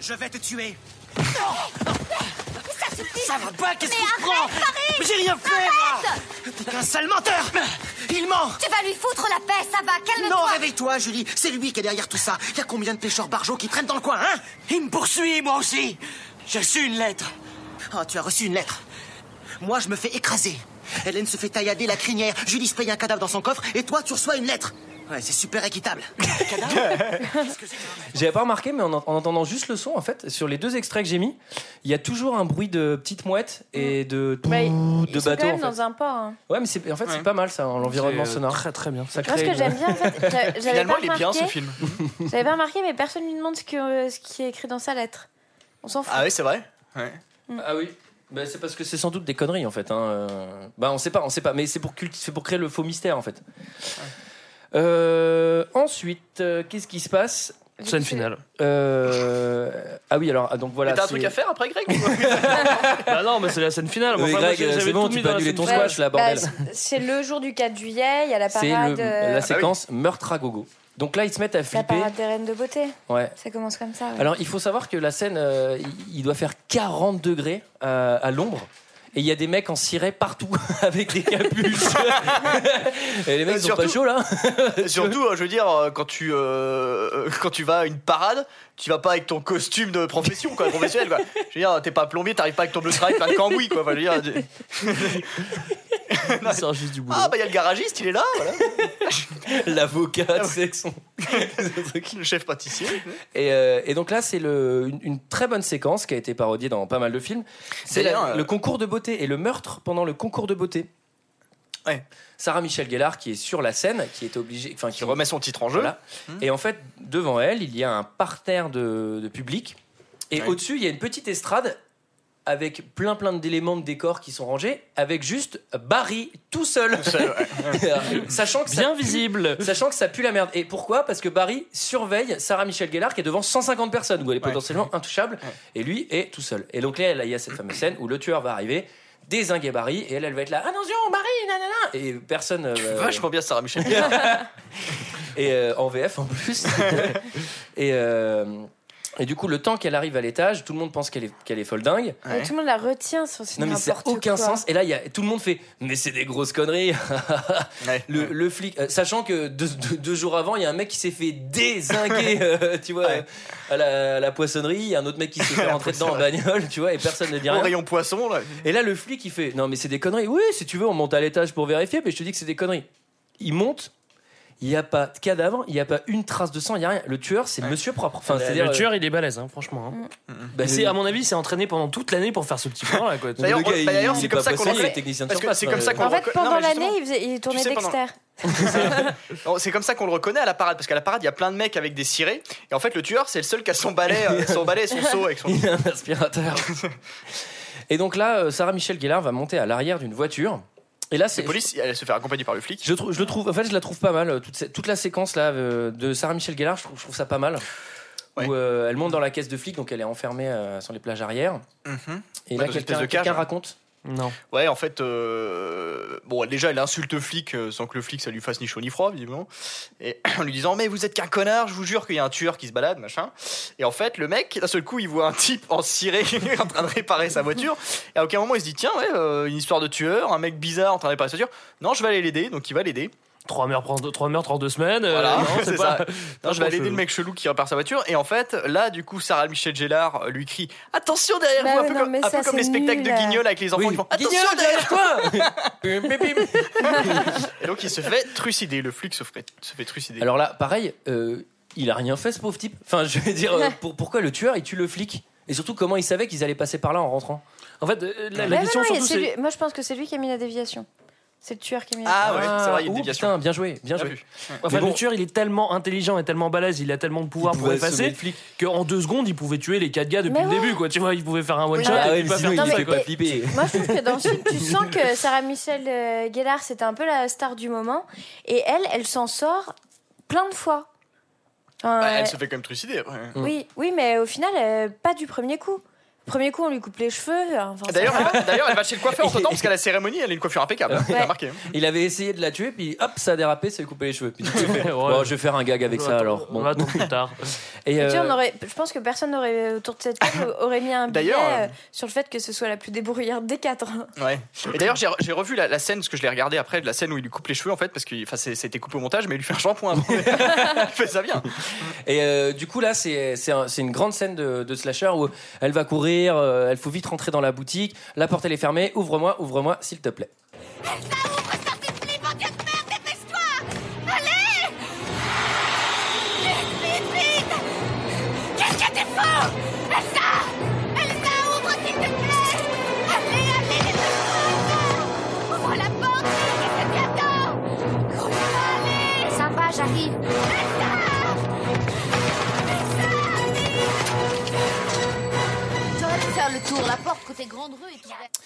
Je vais te tuer. Ça va pas, qu'est-ce qu'il prend Mais j'ai rien fait, moi T'es un sale menteur. Il ment. Tu vas lui foutre la paix, ça va, Non, calme-toi. réveille-toi, Julie. C'est lui qui est derrière tout ça. Il y a combien de pêcheurs barjots qui traînent dans le coin, hein Il me poursuit, moi aussi J'ai reçu une lettre. Oh, tu as reçu une lettre. Moi, je me fais écraser. Hélène se fait taillader la crinière. Julie se paye un cadavre dans son coffre. Et toi, tu reçois une lettre. Ouais, c'est super équitable. J'avais pas remarqué, mais en, en entendant juste le son, en fait, sur les deux extraits que j'ai mis, il y a toujours un bruit de petite mouette et de Bah, ils- de ils sont bateau. quand même en fait. dans un port. hein. Ouais, mais c'est- en fait, c'est Ouais. pas mal ça, en l'environnement C'est, euh, sonore. Très, très bien. euh, Ça Moi, ce crée que une- j'aime bien, en fait, j'a- j'avais Finalement, pas il est bien ce remarqué- film. j'avais pas remarqué, mais personne ne lui demande ce, que- euh, ce qui est écrit dans sa lettre. On s'en fout. Ah oui, c'est vrai. Ouais. Ah oui. Bah, c'est parce que c'est sans doute des conneries en fait. hein, euh. Bah on sait pas, on sait pas, mais c'est pour, culti- c'est pour créer le faux mystère en fait. Euh, ensuite, euh, qu'est-ce qui se passe Scène finale. Euh, Ah oui, alors, ah, donc voilà. Mais t'as un c'est- truc à faire après, Greg ou quoi Bah non, mais c'est la scène finale. Oui, Enfin, moi, Greg, j'ai- c'est j'avais bon, tout tu mis peux dans la annuler scène ton finale. squash, là, bordel. Bah, c'est- C'est le jour du 4 juillet, il y a la C'est le- parade, euh, Ah la séquence meurtre à gogo. Donc là, ils se mettent à la flipper. parade des reines de beauté. Ouais. Ça commence comme ça. ouais. Alors, il faut savoir que la scène, euh, il- il doit faire 40 degrés euh, à l'ombre. Et il y a des mecs en ciré partout avec des capuches. et les mecs Et sont pas surtout- chauds là. Surtout, euh, je veux dire, euh, quand tu, euh, quand tu vas à une parade, tu vas pas avec ton costume de profession, quoi, professionnel, quoi. Je veux dire, t'es pas plombier, t'arrives pas avec ton bleu de travail plein de cambouis, quoi. Enfin, je veux dire, tu- Il sort juste du boulot. ah, bah, il y a le garagiste, il est là, voilà. L'avocat, Ah tu sais, avec son- Le chef pâtissier. Et, euh, et donc là, c'est le- une, une très bonne séquence qui a été parodiée dans pas mal de films. C'est la- D'ailleurs, euh, le concours de beauté et le meurtre pendant le concours de beauté. Ouais. Sarah Michel Gellar qui est sur la scène, qui est obligée, enfin Qui Mmh. remet son titre en jeu. Voilà. Et en fait, devant elle, il y a un parterre de, de public. Et Ouais. au-dessus, il y a une petite estrade avec plein plein d'éléments de décor qui sont rangés, avec juste Barry tout seul, seul, sachant que ça Bien pue- visible. Sachant que ça pue la merde. Et pourquoi Parce que Barry surveille Sarah Michelle Gellar qui est devant 150 personnes où elle est Ouais. potentiellement intouchable et lui est tout seul. Et donc là, il y a cette fameuse scène où le tueur va arriver, désinguer Barry et elle, elle va être là Attention, Barry, nanana Et personne. euh, Vachement bien, Sarah Michel. et euh, en VF en plus. et, euh, et du coup, le temps qu'elle arrive à l'étage, tout le monde pense qu'elle est, qu'elle est folle dingue. Mais Tout le monde la retient sur ce Non, mais ça n'a aucun sens. Et là, il y a, tout le monde fait Mais c'est des grosses conneries. Ouais. le, le flic, euh, sachant que deux, deux- deux jours avant, il y a un mec qui s'est fait désinguer, euh, tu vois, Ouais. euh, à, la, à la poissonnerie. Il y a un autre mec qui s'est fait La rentrer dedans en bagnole, tu vois, et personne ne dit Au rien. rayon poisson, là. Et là, le flic, il fait Non, mais c'est des conneries. Oui, si tu veux, on monte à l'étage pour vérifier, mais je te dis que c'est des conneries. Il monte, il n'y a pas de cadavre, il n'y a pas une trace de sang, il n'y a rien. Le tueur, c'est monsieur propre. Bah, Enfin, c'est-à-dire. Le euh, tueur, il est balèze, hein, franchement. hein. bah, C'est, à mon avis, il s'est entraîné pendant toute l'année pour faire ce petit plan là. Quoi. le D'ailleurs, gars, on- bah, d'ailleurs, il c'est est comme pas ça qu'on possédé, le le fait. technicien de Parce que surface, c'est comme ça euh, qu'on- En fait, reco- non, pendant mais justement- l'année, il, faisait- il tournait sais, pendant- Dexter. Alors, Oh, C'est comme ça qu'on le reconnaît à la parade, parce qu'à la parade, il y a plein de mecs avec des cirés, et en fait, le tueur, c'est le seul qui a son balai, euh, son balai et son seau avec son. Il a un aspirateur. Et donc là, euh, Sarah Michel Gellar va monter à l'arrière d'une voiture. Et là, c'est. La police, elle se fait accompagner par le flic. Je, trouve, je le trouve, en fait, je la trouve pas mal. euh, Toute, cette- toute la séquence là euh, de Sarah Michel Gellar, je trouve, je trouve ça pas mal. Ouais. Où euh, elle monte dans la caisse de flic, donc elle est enfermée euh, sur les plages arrière. Mhm. Et là, Ouais, dans une quelqu'un espèce de cage, quelqu'un hein. raconte. Non. Ouais, en fait, euh, bon, déjà, elle insulte le flic euh, sans que le flic ça lui fasse ni chaud ni froid, visiblement. Et en lui disant, mais vous êtes qu'un connard, je vous jure qu'il y a un tueur qui se balade, machin. Et en fait, le mec, d'un seul coup, il voit un type en ciré en train de réparer sa voiture. Et à aucun moment, il se dit, tiens, ouais, euh, une histoire de tueur, un mec bizarre en train de réparer sa voiture. Non, je vais aller l'aider, donc il va l'aider. Trois meurtres, en deux- trois meurtres en deux semaines. euh, Voilà, non, c'est c'est pas. ça. Non, je vais aller aider le mec chelou qui répare sa voiture. Et en fait, là, du coup, Sarah Michel Gellar euh, lui crie Attention derrière Bah vous, un oui, peu non, comme, mais un ça, peu comme les c'est spectacles nul, de là. guignol avec les enfants qui font Attention Guignol, derrière derrière toi Bim, bim, bim. Et donc il se fait trucider, le flic se fait, se fait trucider. Alors là, pareil, euh, il a rien fait ce pauvre type. Enfin, je veux dire, euh, pour- pourquoi le tueur il tue le flic Et surtout, comment il savait qu'ils allaient passer par là en rentrant En fait, euh, la, la Ah Ouais, question non, non, surtout, c'est c'est. lui- Moi, je pense que c'est lui qui a mis la déviation. C'est le tueur qui a mis la ah ouais, c'est vrai, il y a une Oh, ouh, déviation. putain, bien joué, bien Bien joué. vu. Enfin, Mais bon. le tueur, il est tellement intelligent et tellement balèze, il a tellement de pouvoir Il pour pouvait sauver effacer le flic. qu'en deux secondes, il pouvait tuer les quatre gars depuis Mais le ouais. début, quoi. Tu vois, il pouvait faire un one shot. Ah et ouais, puis mais pas sinon, faire il tout, fait quoi. pas flipper. Moi, je trouve que dans le film, tu sens que Sarah Michel euh, Gellar, c'était un peu la star du moment. Et elle, elle s'en sort plein de fois. Enfin, Bah, elle euh, se fait quand même trucider. ouais. oui, oui, mais au final, euh, pas du premier coup. Premier coup, on lui coupe les cheveux. enfin, ça- D'ailleurs, elle va- d'ailleurs, elle va chez le coiffeur entre temps, parce qu'à la cérémonie, elle a une coiffure impeccable. hein, Ouais. t'as remarqué. hein. Il avait essayé de la tuer, puis hop, ça a dérapé, ça lui a coupé les cheveux. Puis tu te fais, Ouais. bon, je vais faire un gag avec ça Attends, alors. On Bon. va attendre plus tard. Et, Tu vois, on euh, aurait- je pense que personne aurait, autour de cette table aurait mis un billet D'ailleurs, euh, euh, sur le fait que ce soit la plus débrouillarde des quatre. Ouais. Et d'ailleurs, j'ai re- j'ai revu la, la scène, parce que je l'ai regardée après, de la scène où il lui coupe les cheveux, en fait, parce que enfin, c'est- c'était coupé au montage, mais il lui fait un shampoing avant. il fait ça bien. et, euh, du coup, là, c'est c'est un- c'est une grande scène de, de slasher où elle va courir, euh, elle faut vite rentrer dans la boutique, la porte elle est fermée, ouvre-moi, ouvre-moi, s'il te plaît. Ça ouvre, ça se flippe, enquête merde, dépêche-toi Allez Vite, vite, vite Qu'est-ce que t'es fou Elsa Elsa, ouvre, s'il te plaît Allez, allez, dépêche-toi, Elsa Ouvre la porte, qu'est-ce que t'attends Cours-toi, allez Ça va, j'arrive Elsa Elsa T'aurais faire le tour, la porte côté grande rue est ouverte.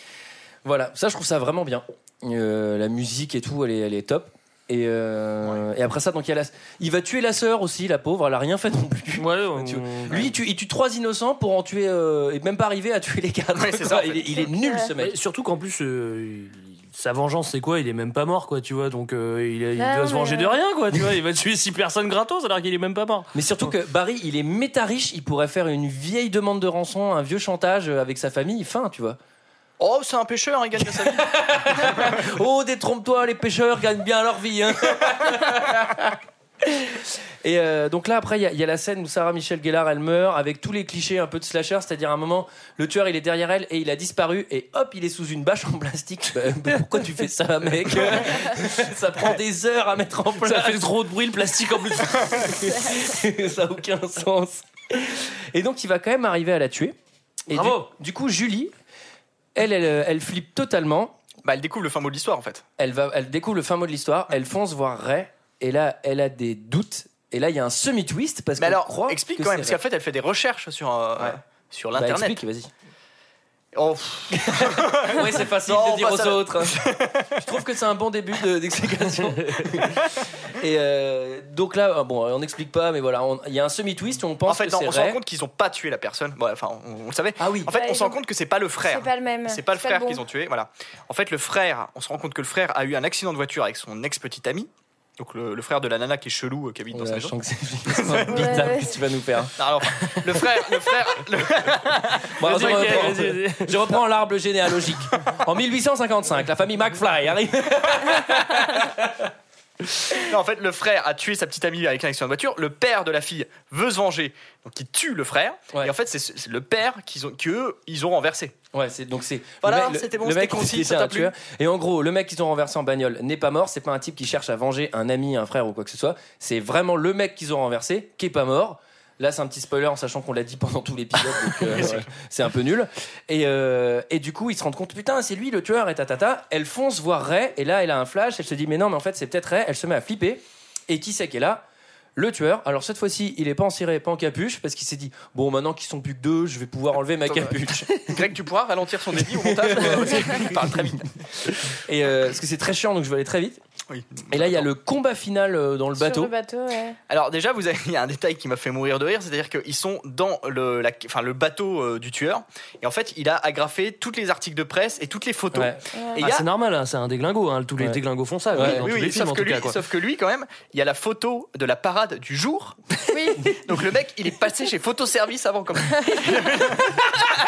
Voilà, ça je trouve ça vraiment bien. Euh, la musique et tout, elle est, elle est top. Et, euh, et après ça, donc il, y a la- il va tuer la sœur aussi, la pauvre, elle a rien fait non plus. Ouais, on- Tu vois. Lui, il tue, il tue trois innocents pour en tuer euh, et même pas arriver à tuer les quatre. Ouais, c'est ça, en fait. il, est, il est nul ce Mais mec. surtout qu'en plus, euh, il- sa vengeance, c'est quoi Il est même pas mort, quoi, tu vois. Donc, euh, il, il Ah, doit se mais- venger de rien, quoi, tu vois. Il va tuer six personnes gratos alors qu'il est même pas mort. Mais surtout que Barry, il est méta riche, il pourrait faire une vieille demande de rançon, un vieux chantage euh, avec sa famille, fin, tu vois. Oh, c'est un hein, pêcheur, il gagne bien sa vie. Oh, détrompe-toi, les pêcheurs gagnent bien leur vie. hein. Et euh, donc là, après, il y, a- il y a la scène où Sarah Michelle Gellar, elle meurt avec tous les clichés un peu de slasher, c'est-à-dire à un moment, le tueur, il est derrière elle et il a disparu et hop, il est sous une bâche en plastique. Bah, bah, pourquoi tu fais ça, mec Ça prend des heures à mettre en place. Ça fait trop de bruit, le plastique en plus. ça n'a aucun sens. Et donc, il va quand même arriver à la tuer. Et Bravo. Du, du coup, Julie, elle, euh, elle, elle flippe totalement. Bah, elle découvre le fin mot de l'histoire en fait. Elle, va, elle découvre le fin mot de l'histoire. Elle fonce voir Ray. Et là, elle a des doutes. Et là, il y a un semi-twist parce Mais qu'elle alors, croit explique que quand même, c'est parce qu'en Ray. fait, elle fait des recherches sur, euh, sur Bah, l'internet. explique, vas-y. Oh, pff, Oui, Ah c'est facile Non, de dire pas aux ça. autres. Je trouve que c'est un bon début de- d'explication. et euh, donc là, euh, bon, on n'explique pas, mais voilà, on- il y a un semi-twist où on pense en fait, que non, c'est on se rend Ray. compte qu'ils ont pas tué la personne. Bon, enfin, on, on le savait. Ah oui. En fait, Ouais, on se rend ils ont- compte que c'est pas le frère. C'est pas le même. C'est pas le frère bon. qu'ils ont tué, voilà. En fait, le frère, on se rend compte que le frère a eu un accident de voiture avec son ex-petite amie. Donc le, le frère de la nana qui est chelou, euh, qui habite Oh dans là, sa je maison. sens que c'est un bide Ouais, ouais. que tu vas nous faire. Non, alors, le frère, le frère, le- Bon, Vas-y, alors, je Mickaël, reprends. vas-y, vas-y. Je reprends l'arbre généalogique. En 1855, la famille McFly arrive. non, en fait, le frère a tué sa petite amie avec un accident de voiture. Le père de la fille veut se venger, donc il tue le frère. Ouais. Et en fait, c'est c'est le père qu'ils ont, qu'eux, ils ont renversé. Ouais, c'est donc c'est. Voilà, le mec- c'était bon, le mec c'était concis, qui ça était t'a un plu tueur. Et en gros, le mec qu'ils ont renversé en bagnole n'est pas mort. C'est pas un type qui cherche à venger un ami, un frère ou quoi que ce soit. C'est vraiment le mec qu'ils ont renversé qui est pas mort. Là, c'est un petit spoiler en sachant qu'on l'a dit pendant tout l'épisode, donc euh, ouais, c'est un peu nul. Et, euh, et du coup, ils se rendent compte, putain, c'est lui le tueur et tatata. Elle fonce voir Ray, et là, elle a un flash, elle se dit, mais non, mais en fait, c'est peut-être Ray. Elle se met à flipper. Et qui c'est qui est là le tueur, alors cette fois-ci, il est pas en ciré, pas en capuche, parce qu'il s'est dit Bon, maintenant qu'ils sont plus que deux, je vais pouvoir enlever ma Attends, capuche. Greg, tu pourras ralentir son débit au montage. Il parle très vite. Et euh, parce que c'est très chiant, donc je vais aller très vite. Oui. Et là, il y a le combat final euh, dans le Sur bateau. le bateau, ouais. Alors déjà, vous avez, il y a un détail qui m'a fait mourir de rire, c'est-à-dire qu'ils sont dans le, la- enfin, le bateau euh, du tueur, et en fait, il a agrafé tous les articles de presse et toutes les photos. Ouais. Et il Ah, y a- c'est normal, hein, c'est un déglingo. hein, tous les Ouais. déglingos font ça. Ouais. oui, dans oui, tous oui, les films, en sauf, que tout lui, cas. Quoi. sauf que lui, quand même, il y a la photo de la parade du jour. Oui, Donc le mec, il est passé chez Photoservice avant, quand même.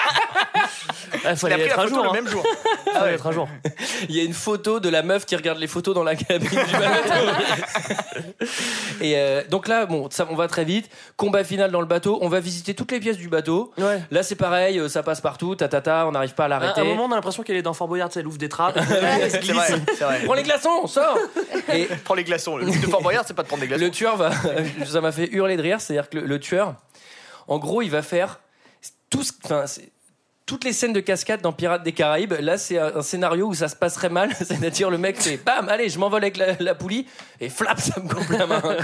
Ah, Il a fallait pris la être à photo jour. le hein. même jour. Fallait être à jour. Il y a une photo de la meuf qui regarde les photos dans la cabine du bateau. Et euh, donc là, bon, ça, on va très vite. Combat final dans le bateau. On va visiter toutes les pièces du bateau. Ouais. Là, c'est pareil, euh, ça passe partout. Tatata, on n'arrive pas à À l'arrêter. un moment, on a l'impression qu'elle est dans Fort Boyard, tu sais, elle ouvre des trappes. Ah C'est vrai, c'est vrai. Prends les glaçons, on sort Et Prends les glaçons. Le but de Fort Boyard, c'est pas de prendre des glaçons. Le tueur va. ça m'a fait hurler de rire, c'est-à-dire que le, le tueur, en gros, il va faire tout ce- enfin, c'est- toutes les scènes de cascade dans Pirates des Caraïbes. Là, c'est un, un scénario où ça se passerait mal, c'est-à-dire le mec fait bam, allez, je m'envole avec la, la poulie et flap, ça me coupe la main. quoi.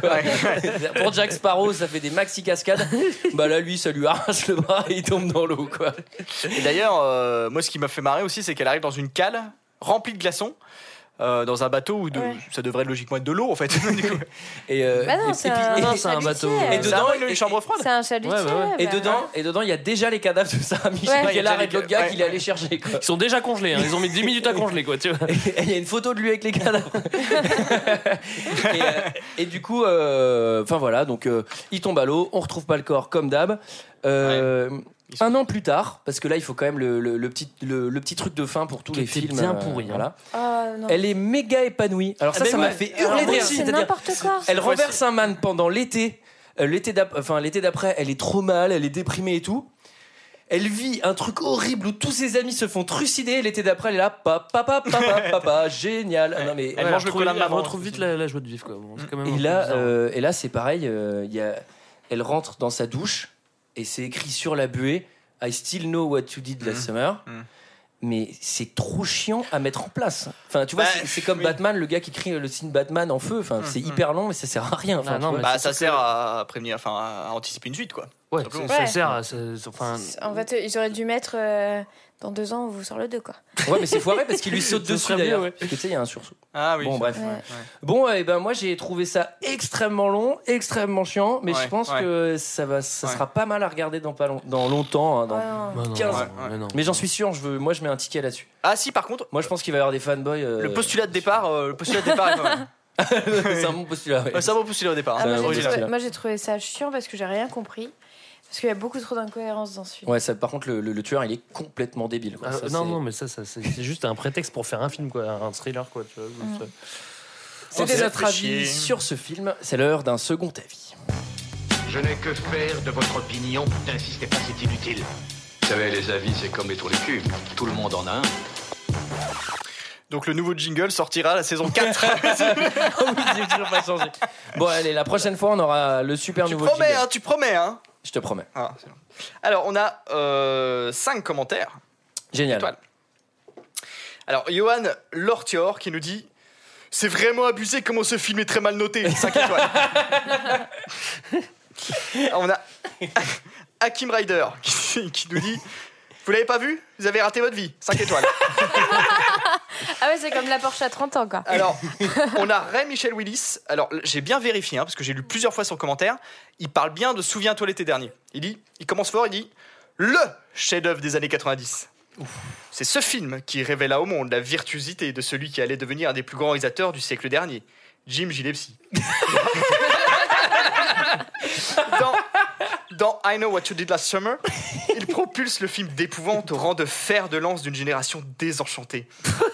Pour Jack Sparrow, ça fait des maxi cascades. bah là, lui, ça lui arrache le bras et il tombe dans l'eau, quoi. Et d'ailleurs, euh, moi, ce qui m'a fait marrer aussi, c'est qu'elle arrive dans une cale remplie de glaçons. euh, dans un bateau où de- Ouais. ça devrait logiquement être de l'eau en fait. Du coup. Et, euh, bah non, et- c'est et puis- un, et- non, c'est un chalutier, bateau. Et euh, C'est dedans, un mec, il a et- une chambre froide. C'est un chalutier. Ouais, ouais, ouais. et bah, dedans, et dedans, il y a déjà les cadavres de Sarah Michel Ouais. Gellar et de l'autre gars qu'il est allé chercher. Quoi. Ils sont déjà congelés, hein, ils ont mis 10 minutes à congeler, quoi, tu vois. Et il y a une photo de lui avec les cadavres. et, euh, et du coup, euh, enfin voilà, donc euh, il tombe à l'eau, on retrouve pas le corps comme d'hab. Euh, Ils sont- Un an plus tard, parce que là il faut quand même le, le- le petit, le, le petit truc de fin pour tous Qui les était films. euh, bien pourri, hein. voilà. Oh, non. Elle est méga épanouie. Alors ça, ben ça m'a ouais. fait Alors, hurler de oui, rire. C'est C'est-à-dire, n'importe quoi. elle Ouais, renverse un man pendant l'été. Euh, L'été d'ap- enfin, l'été d'après, elle est trop mal, elle est déprimée et tout. Elle vit un truc horrible où tous ses amis se font trucider. L'été d'après, elle est là, papa, papa, papa, papa, génial. Ah non, mais, Elle Ouais, mange le retrouve- cola de maman, retrouve hein, vite c'est la, la joie de vivre, quoi. Bon, c'est quand même un Et peu là, bizarre. euh, et là, c'est pareil. euh, il y a, elle rentre dans sa douche et c'est écrit sur la buée I still know what you did last Mhm. summer. Mhm. Mais c'est trop chiant à mettre en place. Enfin, tu vois, Bah, c'est- c'est comme oui. Batman, le gars qui crie le signe Batman en feu. Enfin, c'est Mhm. hyper long, mais ça sert à rien. Enfin, Ah, tu non, vois. mais Bah, ça sert à prévenir, enfin à anticiper une suite quoi. Ouais, simplement. ça- ça Ouais. sert à. ça- ça- Enfin, En fait, ils auraient dû mettre euh, Dans deux ans, on vous sort le 2, quoi. Ouais, mais c'est foiré parce qu'il lui saute Ça dessus serait bien, d'ailleurs. ouais. Parce que tu sais, il y a un sursaut. Ah oui. Bon, ça- bref. Ouais. Bon, et ben moi j'ai trouvé ça extrêmement long, extrêmement chiant, mais Ouais, je pense ouais. que ça va, ça Ouais. sera pas mal à regarder dans pas long- dans longtemps. hein, dans- Ouais, non. non, 15. ouais, ouais. non. Mais j'en suis sûr, je veux, moi je mets un ticket là-dessus. Ah si, par contre, Moi je pense qu'il va y avoir des fanboys. euh, le postulat de départ, euh, le postulat de départ est pas mal. c'est un bon postulat. ouais. Ouais, C'est un bon postulat au départ. Ah, hein. Ça, moi, j'ai original. trouvé, moi, j'ai trouvé ça chiant parce que j'ai rien compris. Parce qu'il y a beaucoup trop d'incohérences dans ce film. Ouais, ça, par contre, le, le- le tueur il est complètement débile. quoi. Ah, Ça, non, c'est- non, mais ça, ça, c'est c'est juste un prétexte pour faire un film, quoi, un thriller, quoi. Tu vois, Mm. juste, euh. C'était Ok. notre Fait chier. avis sur ce film. C'est l'heure d'un second avis. Je n'ai que faire de votre opinion. N'insistez pas, c'est inutile. Vous savez, les avis, c'est comme les trous du cul. Tout le monde en a un. Donc le nouveau jingle sortira la saison 4. Ah J'ai toujours pas changé. Bon, allez, la prochaine fois on aura le super tu nouveau. promets, jingle. hein, tu promets, hein. Je te promets. Ah, c'est bon. Alors, on a 5 commentaires. Génial. Étoile. Alors, Johan Lortior qui nous dit C'est vraiment abusé comment ce film est très mal noté. 5 étoiles. Alors, on a Hakim Ryder qui, qui nous dit Vous l'avez pas vu Vous avez raté votre vie. 5 étoiles. Ah ouais, c'est comme la Porsche à 30 ans, quoi. Alors, on a Ray Michel Willis. Alors, j'ai bien vérifié, hein, parce que j'ai lu plusieurs fois son commentaire. Il parle bien de Souviens-toi l'été dernier. Il dit, il commence fort, il dit le chef-d'œuvre des années 90. C'est ce film qui révéla au monde la virtuosité de celui qui allait devenir un des plus grands réalisateurs du siècle dernier, Jim Gillespie. dans, dans I Know What You Did Last Summer, il propulse le film d'épouvante au rang de fer de lance d'une génération désenchantée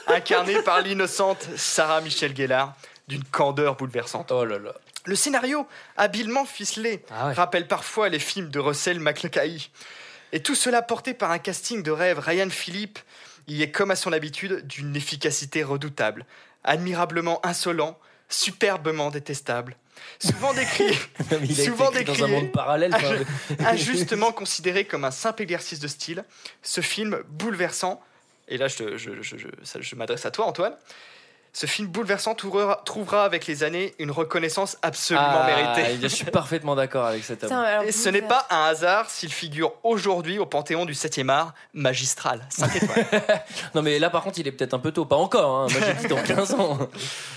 incarnée par l'innocente Sarah Michel Gellar, d'une candeur bouleversante. Oh là là. Le scénario, habilement ficelé, Ah ouais. rappelle parfois les films de Russell McLacaille. Et tout cela porté par un casting de rêve. Ryan Philippe y est, comme à son habitude, d'une efficacité redoutable, admirablement insolent, superbement détestable. Souvent décrit, Il a été Souvent écrit dans un décrié. monde parallèle. enfin, injustement considéré comme un simple exercice de style, ce film bouleversant, et là je, te- je- je- je- ça- je m'adresse à toi Antoine, ce film bouleversant trouvera, trouvera avec les années une reconnaissance absolument Ah, méritée. Je suis parfaitement d'accord avec cet homme. Putain, alors, euh, Et ce n'est pas un hasard s'il figure aujourd'hui au Panthéon du 7e art magistral. Cinq étoiles. Non, mais là, par contre, il est peut-être un peu tôt. Pas encore. hein. Moi, j'ai dit dans 15 ans.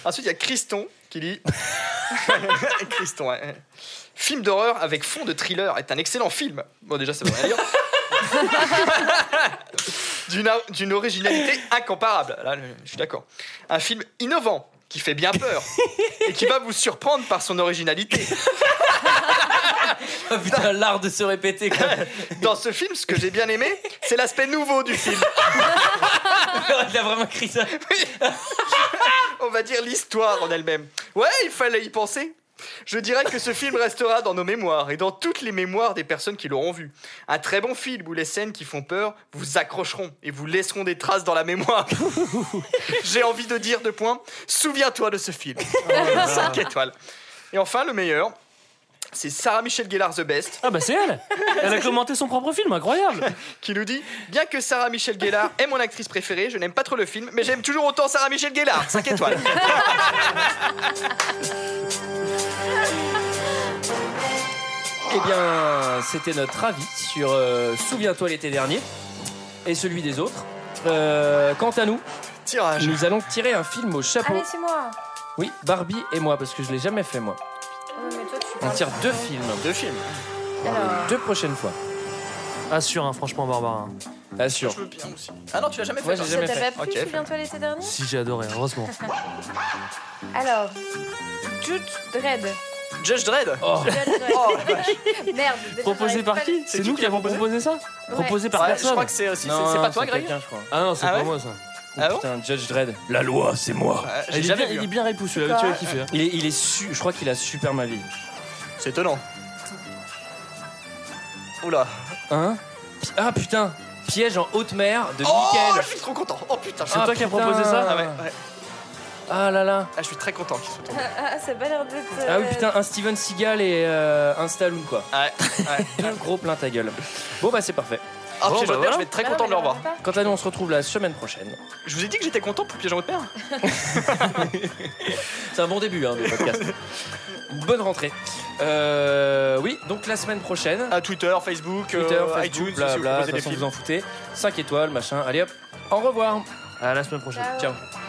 Ensuite, il y a Christon qui dit... Christon, hein. Film d'horreur avec fond de thriller est un excellent film. Bon, déjà, ça veut rien dire. D'une or- D'une originalité incomparable. Là, le- je suis d'accord. Un film innovant qui fait bien peur et qui va vous surprendre par son originalité. Ah, putain, l'art de se répéter. quoi. Dans ce film, ce que j'ai bien aimé, c'est l'aspect nouveau du film. il a vraiment écrit ça. on va dire l'histoire en elle-même. Ouais, il fallait y penser. Je dirais que ce film restera dans nos mémoires et dans toutes les mémoires des personnes qui l'auront vu. Un très bon film où les scènes qui font peur vous accrocheront et vous laisseront des traces dans la mémoire. J'ai envie de dire deux points. Souviens-toi de ce film. 5 étoiles. Et enfin, le meilleur, c'est Sarah Michelle Gellar The Best Ah bah c'est elle Elle a commenté son propre film, incroyable qui nous dit Bien que Sarah Michelle Gellar est mon actrice préférée, je n'aime pas trop le film, mais j'aime toujours autant Sarah Michelle Gellar. 5 étoiles. Eh bien, c'était notre avis sur euh, Souviens-toi l'été dernier et celui des autres. Euh, quant à nous, Tirage. nous allons tirer un film au chapeau. Allez, c'est moi. Oui, Barbie et moi, parce que je l'ai jamais fait moi. Ouais, mais toi, tu On parles tire pas. deux films, Deux films. Alors, deux prochaines fois. Assure, hein, franchement, Barbara. hein. Assure. Je veux bien aussi. Ah non, tu l'as jamais Moi, fait. toi. j'ai ça jamais t'a fait. pas plu, Ok, fais-le. souviens-toi l'été dernier Si j'ai adoré, heureusement. Alors, Judge Dredd. Judge Dredd. Oh, Judge Dredd. Oh, Merde. déjà, Proposé j'arrive par pas- qui C'est C'est qui nous qui qui l'a avons proposé proposé ça Ouais. Proposé par Ouais, je personne crois que c'est aussi. c'est- non, C'est pas toi, c'est Greg quelqu'un, je crois. Ah non, c'est Ah pas ouais moi ça. Ah bon Oh, Putain, Judge Dredd. La loi, c'est moi. Ouais, J'ai Il est, bien, jamais il vu. est hein. bien répoussé, tu vas kiffer. hein. Il est, il est su- je crois qu'il a super ma vie. hein. C'est étonnant. Oula. Hein Pi- Ah putain, piège en haute mer de Oh, Michael. je suis trop content. Oh putain, je Ah, suis toi qui as putain. proposé ça Ah, ouais, ouais. Ah là là. Ah, je suis très content qu'il soit tombé. Ah, ça a pas l'air d'être. Ah oui euh, putain, un Steven Seagal et euh, un Stallone quoi. Ouais, ouais. Bien gros plein ta gueule. Bon bah c'est parfait. Ah, Bon, piège bah en haute mer, voilà. je vais être très Bah non, content mais de le revoir. regarde pas. Quant à nous, on se retrouve la semaine prochaine. Je vous ai dit que j'étais content pour piège en haute mer C'est un bon début hein, de podcast. Bonne rentrée. Euh, oui, donc la semaine prochaine, À Twitter, Facebook, Ah, Twitter, Ah, euh, Facebook, iTunes, si vous blabla, proposez de toute des façon, films. vous en foutez. 5 étoiles, machin. Allez hop, au revoir. À la semaine prochaine. Ciao. Ciao.